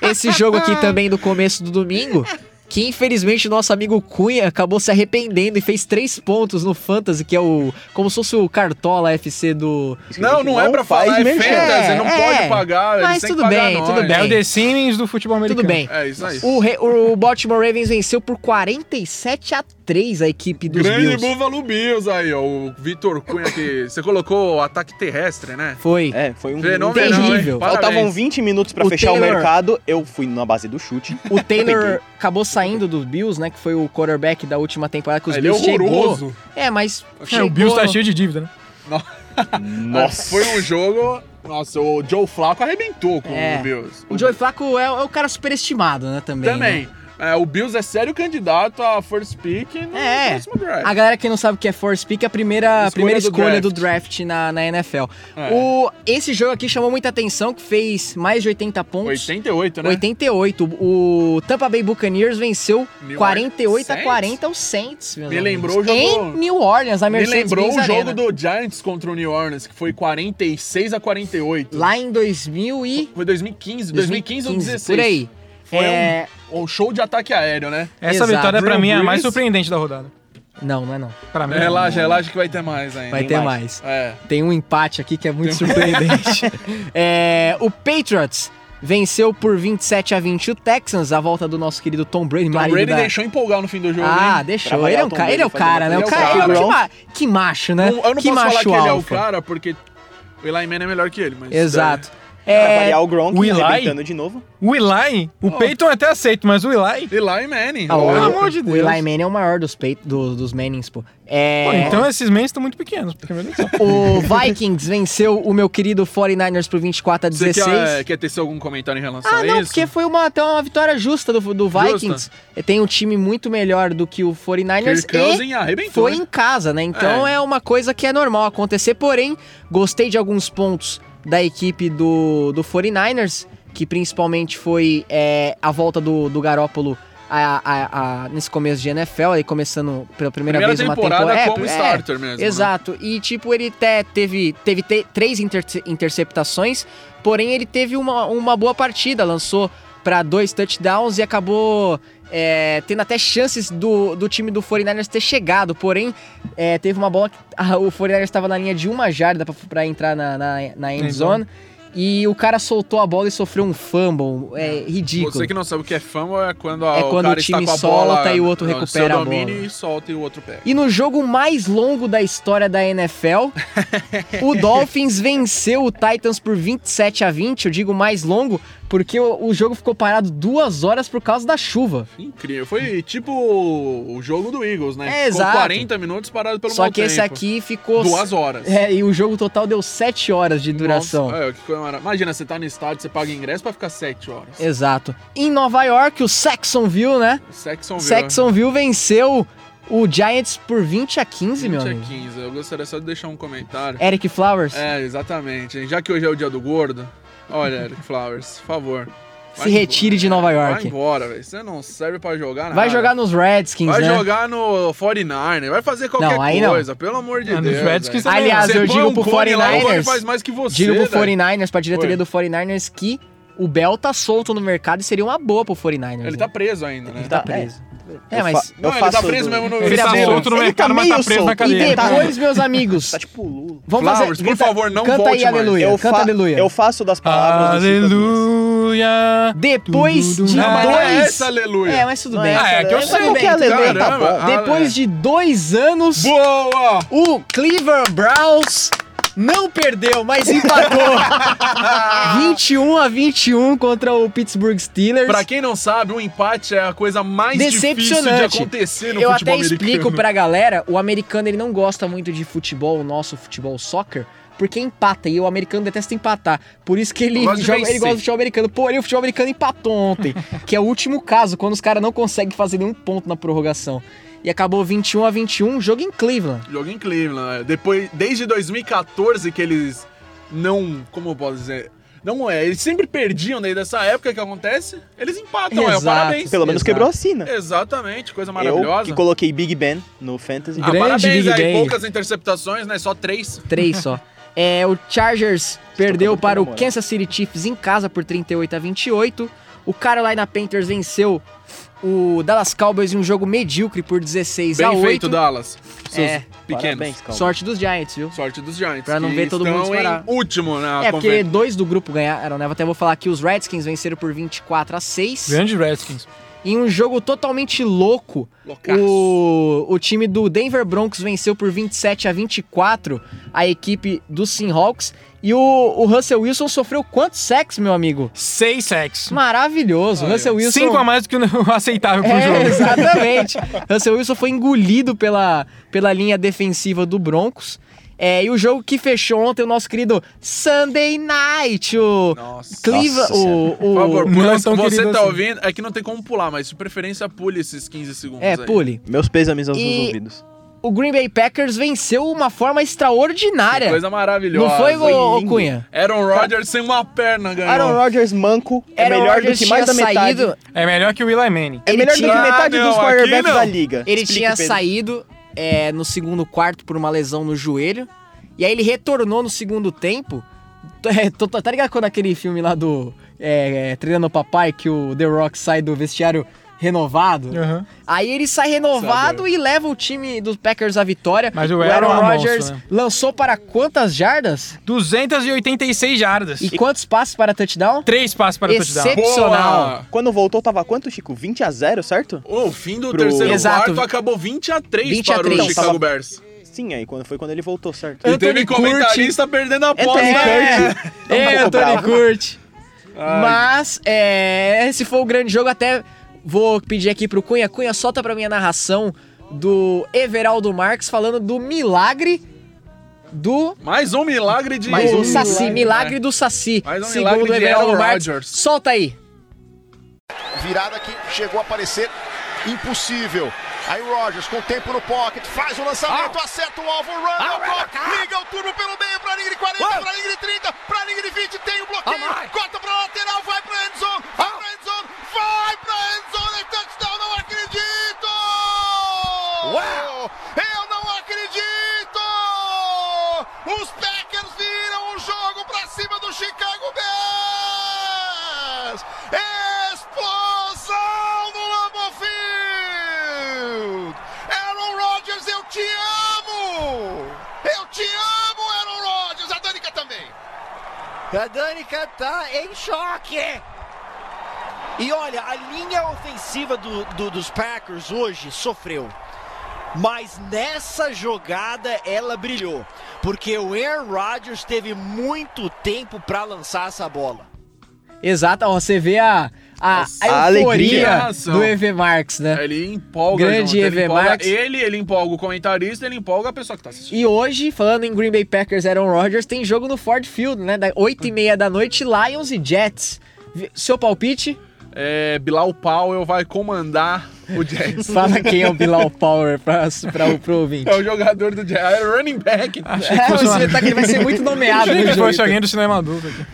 Speaker 2: esse jogo aqui também do começo do domingo. Que infelizmente o nosso amigo Cunha acabou se arrependendo e fez três pontos no Fantasy, que é o. como se fosse o Cartola FC do.
Speaker 5: Não, não é pra falar, é
Speaker 4: mesmo.
Speaker 5: fantasy, não
Speaker 2: É,
Speaker 5: pode
Speaker 2: é.
Speaker 5: pagar, eles
Speaker 2: Mas
Speaker 5: têm que
Speaker 2: tudo
Speaker 5: pagar
Speaker 2: bem,
Speaker 5: nós.
Speaker 2: tudo bem.
Speaker 3: É o The Simmons do futebol americano.
Speaker 2: Tudo bem.
Speaker 5: É isso aí.
Speaker 2: O, Re- o Baltimore Ravens venceu por 47 a 3 a equipe dos
Speaker 5: Grande
Speaker 2: Bills.
Speaker 5: Buffalo Bills aí, ó. O Vitor Cunha que... Você colocou o ataque terrestre, né?
Speaker 2: Foi.
Speaker 4: É, foi um.
Speaker 5: Fenomenal,
Speaker 2: terrível.
Speaker 5: hein? Parabéns.
Speaker 4: Faltavam 20 minutos pra
Speaker 2: O
Speaker 4: fechar
Speaker 2: Taylor-
Speaker 4: o mercado. Eu fui na base do chute.
Speaker 2: O Taylor acabou saindo dos Bills, né? Que foi o quarterback da última temporada que os
Speaker 5: Ele é
Speaker 2: Bills chegou.
Speaker 5: horroroso.
Speaker 2: É, mas
Speaker 3: É,
Speaker 2: chegou
Speaker 3: o Bills tá
Speaker 2: no-
Speaker 3: cheio de dívida, né?
Speaker 4: Nossa.
Speaker 5: Foi um jogo... Nossa, o Joe Flacco arrebentou com
Speaker 2: É.
Speaker 5: o Bills.
Speaker 2: O Joey Flacco é, é um cara superestimado, né? Também. né?
Speaker 5: Também. É, o Bills é sério candidato a first pick no
Speaker 2: É.
Speaker 5: próximo draft.
Speaker 2: A galera que não sabe o que é force pick é a primeira
Speaker 5: Escolha
Speaker 2: primeira
Speaker 5: do
Speaker 2: escolha
Speaker 5: draft.
Speaker 2: do draft na, na NFL.
Speaker 5: É.
Speaker 2: O, esse jogo aqui chamou muita atenção, que fez mais de 80 pontos.
Speaker 5: 88, né?
Speaker 2: 88. O Tampa Bay Buccaneers venceu
Speaker 5: New
Speaker 2: 48 a
Speaker 5: Orleans
Speaker 2: 40 aos Saints. meus
Speaker 5: Me
Speaker 2: amigos.
Speaker 5: lembrou o jogo-
Speaker 2: Em New Orleans, na
Speaker 5: Me
Speaker 2: é Mercedes
Speaker 5: lembrou o jogo
Speaker 2: Arena.
Speaker 5: do Giants contra o New Orleans, que foi 46 a 48.
Speaker 2: Lá em 2000 e...
Speaker 5: Foi 2015, 2015, ou
Speaker 2: 2015, Por
Speaker 5: 2016.
Speaker 2: aí.
Speaker 5: Foi
Speaker 2: É,
Speaker 5: um, um show de ataque aéreo, né?
Speaker 3: Essa
Speaker 2: Exato.
Speaker 3: vitória pra
Speaker 5: Drew
Speaker 3: mim é a mais
Speaker 5: Brees.
Speaker 3: surpreendente da rodada.
Speaker 5: um-
Speaker 2: Não, não é não.
Speaker 3: Pra mim.
Speaker 5: Relaxa, relaxa que vai ter mais ainda.
Speaker 2: Vai
Speaker 4: Tem
Speaker 2: ter mais.
Speaker 4: mais.
Speaker 5: É.
Speaker 2: Tem um empate aqui que é muito surpreendente. É, o Patriots venceu por 27 a 20 o Texans, a volta do nosso querido Tom Brady,
Speaker 5: Tom
Speaker 2: marido
Speaker 5: Brady
Speaker 2: da-
Speaker 5: deixou empolgar no fim do jogo,
Speaker 2: Ah,
Speaker 5: hein?
Speaker 2: deixou.
Speaker 4: Trabalhar
Speaker 2: Ele é,
Speaker 4: o
Speaker 2: um
Speaker 4: Tom
Speaker 2: cara,
Speaker 4: Brady
Speaker 2: ele é o
Speaker 4: fazendo
Speaker 2: cara, né? O
Speaker 5: ele é o
Speaker 2: cara,
Speaker 5: cara.
Speaker 2: que, ma- que macho, né?
Speaker 5: Não- Um, eu não
Speaker 2: que
Speaker 5: posso
Speaker 2: macho
Speaker 5: falar que ele é o
Speaker 2: alfa.
Speaker 5: cara, porque o Eli Manning é melhor que ele, mas...
Speaker 2: Exato.
Speaker 4: Pra
Speaker 2: É,
Speaker 4: variar o Gronk,
Speaker 3: o Eli?
Speaker 4: arrebentando de novo.
Speaker 3: O Eli, o Peyton até aceito, mas o Eli.
Speaker 5: É, Eli Manning.
Speaker 2: ah, o,
Speaker 5: olha.
Speaker 3: amor de
Speaker 2: o
Speaker 3: Deus.
Speaker 2: Eli Manning é o maior dos, peitos, dos, dos Mannings, pô. É,
Speaker 3: Pô, então esses mens estão muito pequenos. Porque, meu Deus do céu.
Speaker 2: O Vikings venceu o meu querido 49ers por 24 a
Speaker 5: Você
Speaker 2: 16.
Speaker 5: quer, quer tecer algum comentário em relação
Speaker 2: Ah,
Speaker 5: a
Speaker 2: não,
Speaker 5: é isso?
Speaker 2: porque foi uma, até uma vitória justa do, do Vikings. Tem um time muito melhor do que o 49ers
Speaker 5: Kirk Cousins
Speaker 2: e
Speaker 5: arrebentou.
Speaker 2: é, foi
Speaker 5: né?
Speaker 2: em casa, né? Então é. uma coisa que é normal acontecer. Porém, gostei de alguns pontos da equipe do, do 49ers, que principalmente foi é, a volta do, do Garópolo a- a- a- nesse começo de NFL, aí começando pela primeira,
Speaker 5: Primeira
Speaker 2: vez é, uma
Speaker 5: temporada
Speaker 2: temporada.
Speaker 5: como starter mesmo. né?
Speaker 2: Exato. E, tipo, ele até teve, teve te- três inter- interceptações, porém ele teve uma, uma boa partida, lançou para dois touchdowns e acabou é, tendo até chances do, do time do 49ers ter chegado, porém é, teve uma bola que ah, o 49ers estava na linha de uma jarda para entrar na, na, na end
Speaker 3: End
Speaker 2: zone. E o cara soltou a bola e sofreu um fumble. É ridículo.
Speaker 5: Você que não sabe o que é fumble é quando, a-
Speaker 2: É quando
Speaker 5: o,
Speaker 2: o
Speaker 5: cara está
Speaker 2: time
Speaker 5: com a
Speaker 2: solta
Speaker 5: bola
Speaker 2: e o outro
Speaker 5: no
Speaker 2: recupera a
Speaker 5: seu domínio
Speaker 2: bola.
Speaker 5: e solta e o outro pega.
Speaker 2: E no jogo mais longo da história da NFL, o Dolphins venceu o Titans por 27 a 20. Eu digo mais longo porque o, o jogo ficou parado duas horas por causa da chuva.
Speaker 5: Incrível. Foi tipo o jogo do Eagles, né?
Speaker 2: É,
Speaker 5: Ficou
Speaker 2: exato.
Speaker 5: 40 minutos parado pelo
Speaker 2: Só
Speaker 5: mau
Speaker 2: que esse
Speaker 5: tempo.
Speaker 2: aqui ficou.
Speaker 5: Duas horas.
Speaker 2: É, e o jogo total deu 7 horas de duração.
Speaker 5: Nossa, olha que coisa mara- Imagina, você tá no estádio, você paga ingresso pra ficar 7 horas.
Speaker 2: É Exato. Em Nova York, o Saxonville, né?
Speaker 5: Saxonville.
Speaker 2: Saxonville venceu o Giants por 20 a 15,
Speaker 5: 20
Speaker 2: meu
Speaker 5: a
Speaker 2: amigo.
Speaker 5: 15. é Eu gostaria só de deixar um comentário.
Speaker 2: Eric Flowers.
Speaker 5: É, exatamente. hein? Já que hoje é o dia do gordo, olha, Eric Flowers, por favor.
Speaker 2: Se retire de Nova
Speaker 5: né? Vai
Speaker 2: York.
Speaker 5: embora, velho. Você não serve pra jogar nada.
Speaker 2: Vai jogar nos Redskins,
Speaker 5: Vai
Speaker 2: né?
Speaker 5: jogar no 49, vai fazer qualquer
Speaker 2: Não, aí não.
Speaker 5: coisa, pelo amor de
Speaker 3: Ah, nos
Speaker 5: Deus.
Speaker 3: Redskins
Speaker 5: velho.
Speaker 3: também,
Speaker 2: Aliás,
Speaker 5: Você
Speaker 2: eu
Speaker 5: põe
Speaker 2: digo
Speaker 5: um
Speaker 2: pro
Speaker 5: cone lá, o cone
Speaker 2: 49ers,
Speaker 5: faz mais que você,
Speaker 2: Digo pro
Speaker 5: velho.
Speaker 2: 49ers, pra diretoria
Speaker 5: Oi.
Speaker 2: do 49ers, que o Bell tá solto no mercado e seria uma boa pro 49ers.
Speaker 5: Ele
Speaker 2: né?
Speaker 5: tá preso ainda, né?
Speaker 2: Ele tá preso. É,
Speaker 4: Eu
Speaker 2: mas-
Speaker 4: fa- eu
Speaker 5: Não, ele tá
Speaker 4: faço
Speaker 5: preso
Speaker 4: do-
Speaker 5: mesmo no...
Speaker 3: Ele tá
Speaker 2: Vereador.
Speaker 3: solto no
Speaker 4: Ele tá
Speaker 3: mercado, mas tá
Speaker 4: meio
Speaker 3: preso na
Speaker 4: solto.
Speaker 2: E
Speaker 3: cadeia.
Speaker 2: depois, meus amigos,
Speaker 4: Tá tipo o Lula.
Speaker 2: vamos
Speaker 5: Flowers,
Speaker 2: fazer...
Speaker 5: por favor, não
Speaker 2: canta
Speaker 5: volte
Speaker 2: aí,
Speaker 5: mais.
Speaker 2: aleluia.
Speaker 4: Eu,
Speaker 2: canta
Speaker 4: fa-
Speaker 2: aleluia.
Speaker 4: eu faço das
Speaker 2: Ah,
Speaker 4: palavras do Chico as minhas.
Speaker 3: Aleluia.
Speaker 2: Depois de
Speaker 3: Não, mas
Speaker 5: Não é
Speaker 2: dois...
Speaker 5: essa, aleluia.
Speaker 2: É, mas tudo bem.
Speaker 3: Ah, é que eu
Speaker 4: Mas
Speaker 3: sei.
Speaker 4: qualquer aleluia tá
Speaker 5: Caramba.
Speaker 4: bom.
Speaker 5: Ah,
Speaker 2: Depois
Speaker 5: é.
Speaker 2: de dois anos,
Speaker 5: Boa!
Speaker 2: o Cleveland Browns não perdeu, mas empatou. 21 a 21 contra o Pittsburgh Steelers.
Speaker 5: Pra quem não sabe, o empate é a coisa mais difícil de
Speaker 2: Decepcionante.
Speaker 5: acontecer no
Speaker 2: Eu até
Speaker 5: futebol americano.
Speaker 2: explico pra galera, o americano ele não gosta muito de futebol, o nosso futebol soccer, porque empata, e o americano detesta empatar. Por isso que ele,
Speaker 5: Gosta de
Speaker 2: joga, ele
Speaker 5: vencer.
Speaker 2: gosta do futebol americano. Porém, o futebol americano empatou ontem, que é o último caso, quando os caras não conseguem fazer nenhum ponto na prorrogação. E acabou 21 a 21, jogo em Cleveland.
Speaker 5: Jogo em Cleveland. né? Depois, desde 2014 que eles não... Como eu posso dizer? Não é, eles sempre perdiam daí dessa época que acontece, eles empatam, é,
Speaker 2: Exato.
Speaker 5: parabéns.
Speaker 4: Pelo menos
Speaker 2: Exato.
Speaker 4: quebrou a sina.
Speaker 5: Exatamente, coisa
Speaker 4: Eu
Speaker 5: maravilhosa.
Speaker 4: que coloquei Big Ben no Fantasy.
Speaker 5: Ah,
Speaker 2: Grande
Speaker 5: parabéns
Speaker 2: Big
Speaker 5: aí,
Speaker 2: Ben.
Speaker 5: poucas interceptações, né? Só três.
Speaker 2: Três só. É, o Chargers perdeu
Speaker 4: acabando de
Speaker 2: para o
Speaker 4: comemorar.
Speaker 2: Kansas City Chiefs em casa por 38 a 28. O Carolina Panthers venceu o Dallas Cowboys em um jogo medíocre por 16 a
Speaker 5: Bem
Speaker 2: 8.
Speaker 5: feito, né? Dallas. Seus
Speaker 2: É.
Speaker 5: pequenos.
Speaker 4: Parabéns, calma.
Speaker 2: Sorte dos Giants, viu?
Speaker 5: Sorte dos Giants.
Speaker 2: Pra não
Speaker 5: que
Speaker 2: ver todo mundo
Speaker 5: estão em
Speaker 2: disparar.
Speaker 5: último na
Speaker 2: é, porque
Speaker 5: conferência.
Speaker 2: dois do grupo ganharam, né? Eu Até vou falar que os Redskins venceram por 24 a 6.
Speaker 3: Grande Redskins.
Speaker 2: Em um jogo totalmente louco,
Speaker 5: Loucaço.
Speaker 2: o, o time do Denver Broncos venceu por 27 a 24 a equipe dos Seahawks. E o, o Russell Wilson sofreu quantos sacks, meu amigo?
Speaker 3: Seis sacks.
Speaker 2: Maravilhoso.
Speaker 5: Olha,
Speaker 2: Russell Wilson...
Speaker 3: Cinco a mais do que o aceitável pro
Speaker 2: É,
Speaker 3: jogo.
Speaker 2: exatamente. Russell Wilson foi engolido pela, pela linha defensiva do Broncos. É, e o jogo que fechou ontem, o nosso querido Sunday Night, o
Speaker 5: Nossa.
Speaker 2: Cleveland...
Speaker 4: Nossa
Speaker 2: O, o-
Speaker 5: Por favor,
Speaker 3: Não
Speaker 5: pula
Speaker 3: é
Speaker 5: se
Speaker 3: tão
Speaker 5: você tá
Speaker 3: querido assim.
Speaker 5: ouvindo. É que não tem como pular, mas de preferência pule esses 15 segundos.
Speaker 2: É,
Speaker 5: aí.
Speaker 2: pule.
Speaker 4: Meus pêsames aos
Speaker 2: E-
Speaker 4: meus ouvidos.
Speaker 2: O Green Bay Packers venceu uma forma
Speaker 5: Que
Speaker 2: extraordinária.
Speaker 5: Coisa maravilhosa.
Speaker 2: É. Não foi, ô, ô
Speaker 4: lindo.
Speaker 2: Cunha?
Speaker 5: Aaron Rodgers sem uma perna ganhou.
Speaker 4: Aaron Rodgers manco é
Speaker 2: Aaron
Speaker 4: melhor
Speaker 2: Rodgers
Speaker 4: do que mais da
Speaker 2: tinha
Speaker 4: metade.
Speaker 2: saído-
Speaker 3: É melhor que o Eli Manning.
Speaker 4: É
Speaker 2: Ele
Speaker 4: melhor do
Speaker 2: tinha-
Speaker 4: que metade dos
Speaker 5: Ah, não, aqui
Speaker 4: quarterbacks
Speaker 5: não.
Speaker 4: da liga.
Speaker 2: Ele
Speaker 4: Explique,
Speaker 2: tinha
Speaker 4: Pedro.
Speaker 2: saído é, no segundo quarto por uma lesão no joelho. E aí ele retornou no segundo tempo. É, tô- tô- tá ligado quando aquele filme lá do é, é, Treinando o Papai, que o The Rock sai do vestiário renovado.
Speaker 3: Aham.
Speaker 2: Aí ele sai renovado e leva o time dos Packers à vitória.
Speaker 3: Mas o Aaron é um monstro, né?
Speaker 2: lançou para quantas jardas?
Speaker 3: 286 jardas.
Speaker 2: E quantos passes para touchdown?
Speaker 3: Três passos para touchdown.
Speaker 2: Excepcional.
Speaker 4: Quando voltou, tava quanto, Chico? 20 a 0, certo?
Speaker 5: O fim do
Speaker 4: Pro-
Speaker 5: terceiro
Speaker 2: Exato.
Speaker 5: quarto acabou 20 a 3
Speaker 2: 20 a
Speaker 5: para
Speaker 2: 3.
Speaker 5: o Chicago
Speaker 4: Tava-
Speaker 5: Bears.
Speaker 4: Sim, aí quando foi quando ele voltou, certo?
Speaker 5: E
Speaker 2: Anthony
Speaker 5: teve
Speaker 2: Curtis.
Speaker 5: comentarista perdendo a aposta.
Speaker 2: É,
Speaker 4: Não
Speaker 2: é
Speaker 4: vou
Speaker 2: Antônio
Speaker 4: cobrar.
Speaker 2: Curte. Mas, é, esse foi o grande jogo. Até vou pedir aqui pro Cunha. Cunha, solta pra minha narração do Everaldo Marques falando do milagre do...
Speaker 5: Mais um milagre de...
Speaker 2: Mais um
Speaker 5: do-
Speaker 2: Saci,
Speaker 5: né?
Speaker 2: milagre do Saci.
Speaker 5: Mais um milagre
Speaker 2: segundo o
Speaker 5: de
Speaker 2: Everaldo
Speaker 5: Aaron
Speaker 2: Marques.
Speaker 5: Rodgers.
Speaker 2: Solta aí.
Speaker 8: Virada que chegou a parecer impossível. Aí o Rogers com tempo no pocket, faz o lançamento, acerta o alvo, run, no bloco, liga o turbo pelo meio pra linha de 40, pra linha de 30, pra linha de 20, tem o bloqueio, corta pra lateral, vai pra endzone, vai pra endzone, vai pra endzone, é touchdown, não acredito! Eu não acredito! Os Packers viram o jogo pra cima do Chicago Bears! Explosão no Lambeau Field! Aaron Rodgers, eu te amo! Eu te amo, Aaron Rodgers! A Danica também!
Speaker 9: A Danica tá em choque. E olha, a linha ofensiva do- do- dos Packers hoje sofreu. Mas nessa jogada ela brilhou. Porque o Aaron Rodgers teve muito tempo para lançar essa bola.
Speaker 2: Exato, ó, você vê a, a, a
Speaker 4: a alegria.
Speaker 2: euforia
Speaker 5: Razão.
Speaker 2: do EV Marx, né?
Speaker 5: Ele empolga,
Speaker 2: Grande
Speaker 5: junto,
Speaker 2: EV
Speaker 5: ele, empolga
Speaker 2: Marx.
Speaker 5: ele, ele empolga o comentarista, ele empolga a pessoa que tá assistindo.
Speaker 2: E hoje, falando em Green Bay Packers Aaron Rodgers, tem jogo no Ford Field, né? Da 8 e meia da noite, Lions e Jets. Vi- Seu palpite?
Speaker 5: É, Bilal Powell vai comandar o Jets.
Speaker 2: Fala quem é o Bilal Power pra, pra, pro ouvinte.
Speaker 5: É o jogador do Jets, é o running back.
Speaker 2: É, você tá, que ele vai ser muito nomeado.
Speaker 3: Achei
Speaker 2: no
Speaker 3: que
Speaker 2: jogo.
Speaker 3: fosse alguém do cinema adulto aqui.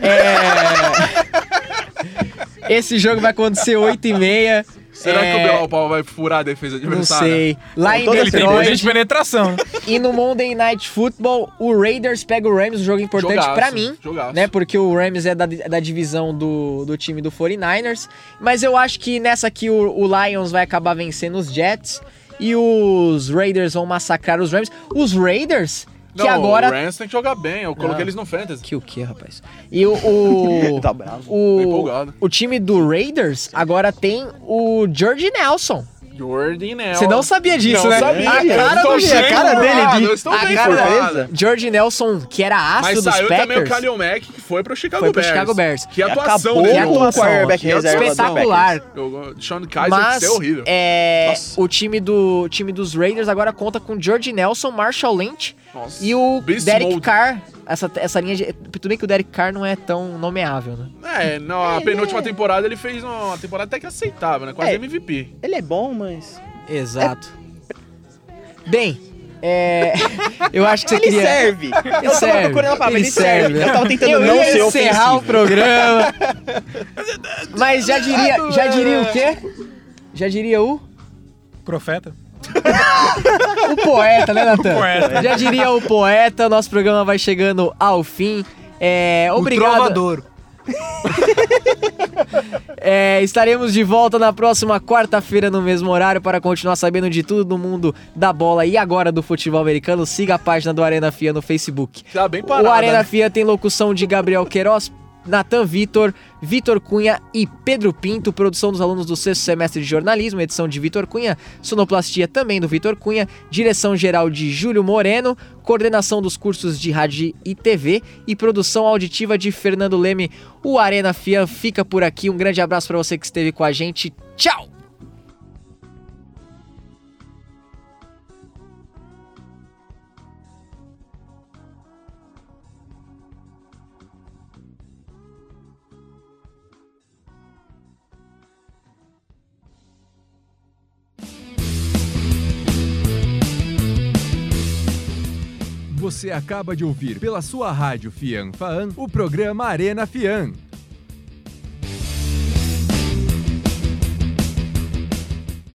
Speaker 2: Esse jogo vai acontecer 8 e meia.
Speaker 5: Será
Speaker 2: É,
Speaker 5: que o Bilal Powell vai né? furar a defesa
Speaker 2: Não
Speaker 5: adversária?
Speaker 2: sei. Lá em
Speaker 4: toda
Speaker 3: Ele tem poder
Speaker 2: Detroit.
Speaker 3: de penetração. né?
Speaker 2: E no Monday Night Football, o Raiders pega o Rams, um jogo importante
Speaker 5: Jogaço,
Speaker 2: pra mim,
Speaker 5: jogaço.
Speaker 2: né? Porque o Rams é da, da divisão do, do time do 49ers. Mas eu acho que nessa aqui o, o Lions vai acabar vencendo os Jets e os Raiders vão massacrar os Rams. Os Raiders que
Speaker 5: Não,
Speaker 2: agora Ah.
Speaker 5: o Rams tem que jogar bem, eu coloquei eles no Fantasy.
Speaker 2: que o que, rapaz? E o. o
Speaker 4: Tá bravo.
Speaker 5: Tô
Speaker 2: O,
Speaker 5: empolgado.
Speaker 2: o time do Raiders agora tem o George Nelson.
Speaker 5: Jordan Nelson.
Speaker 2: Você não sabia disso,
Speaker 5: Não
Speaker 2: né?
Speaker 5: sabia.
Speaker 2: A cara
Speaker 5: Estou
Speaker 2: do Gui, a
Speaker 5: bem
Speaker 2: cara dele
Speaker 5: informado,
Speaker 2: ali.
Speaker 5: eu estou
Speaker 2: a
Speaker 5: bem
Speaker 2: cara
Speaker 5: informado.
Speaker 2: George Nelson, que era astro
Speaker 5: É. Mas
Speaker 2: dos
Speaker 5: saiu também o
Speaker 2: Packers.
Speaker 5: Kalil Mack, que foi pro Chicago
Speaker 2: Foi pro
Speaker 5: Bears.
Speaker 2: Chicago Bears.
Speaker 5: Que atuação
Speaker 4: acabou
Speaker 5: dele.
Speaker 4: com Então, né, o
Speaker 2: atuação,
Speaker 4: quarterback
Speaker 2: que
Speaker 4: reserva do
Speaker 2: espetacular.
Speaker 5: Eu- Sean Kaiser,
Speaker 2: Mas
Speaker 5: que é horrível.
Speaker 2: é,
Speaker 4: Nossa.
Speaker 2: o time do o time dos Raiders agora conta com George Nelson, Marshall Lynch
Speaker 5: Nossa.
Speaker 2: e o
Speaker 5: Beast
Speaker 2: Derek
Speaker 5: Mode.
Speaker 2: Carr. Essa, essa linha de. Tudo bem que o Derek Carr não é tão nomeável, né?
Speaker 5: É, na penúltima temporada ele fez uma temporada até que aceitável, né? Quase
Speaker 4: É.
Speaker 5: MVP.
Speaker 4: Ele é bom, mas.
Speaker 2: Exato. Bem, é, eu acho que você
Speaker 4: Ele é.
Speaker 2: queria.
Speaker 4: serve! Eu tava
Speaker 2: serve,
Speaker 4: procurando a palavra, ele, serve. Eu tava tentando
Speaker 2: Eu
Speaker 4: não
Speaker 2: ia
Speaker 4: ser
Speaker 2: encerrar
Speaker 4: ofensivo.
Speaker 2: o programa. Mas já diria, já diria o quê? Já diria o
Speaker 3: Profeta.
Speaker 2: o poeta, né, Natan?
Speaker 3: poeta.
Speaker 2: Já diria o poeta, nosso programa vai chegando ao fim. É, obrigado.
Speaker 3: O trovador.
Speaker 2: É, estaremos de volta na próxima quarta-feira no mesmo horário para continuar sabendo de tudo do mundo da bola e agora do futebol americano. Siga a página do Arena Fia no Facebook.
Speaker 5: Tá bem parado.
Speaker 2: o Arena
Speaker 5: né?
Speaker 2: Fia tem locução de Gabriel Queiroz, Natan Vitor, Vitor Cunha e Pedro Pinto, produção dos alunos do sexto semestre de jornalismo, edição de Vitor Cunha, sonoplastia também do Vitor Cunha, direção geral de Júlio Moreno, coordenação dos cursos de rádio e TV e produção auditiva de Fernando Leme. O Arena Fia fica por aqui. Um grande abraço para você que esteve com a gente. Tchau!
Speaker 1: Você acaba de ouvir pela sua rádio Fianfaan o programa Arena Fian.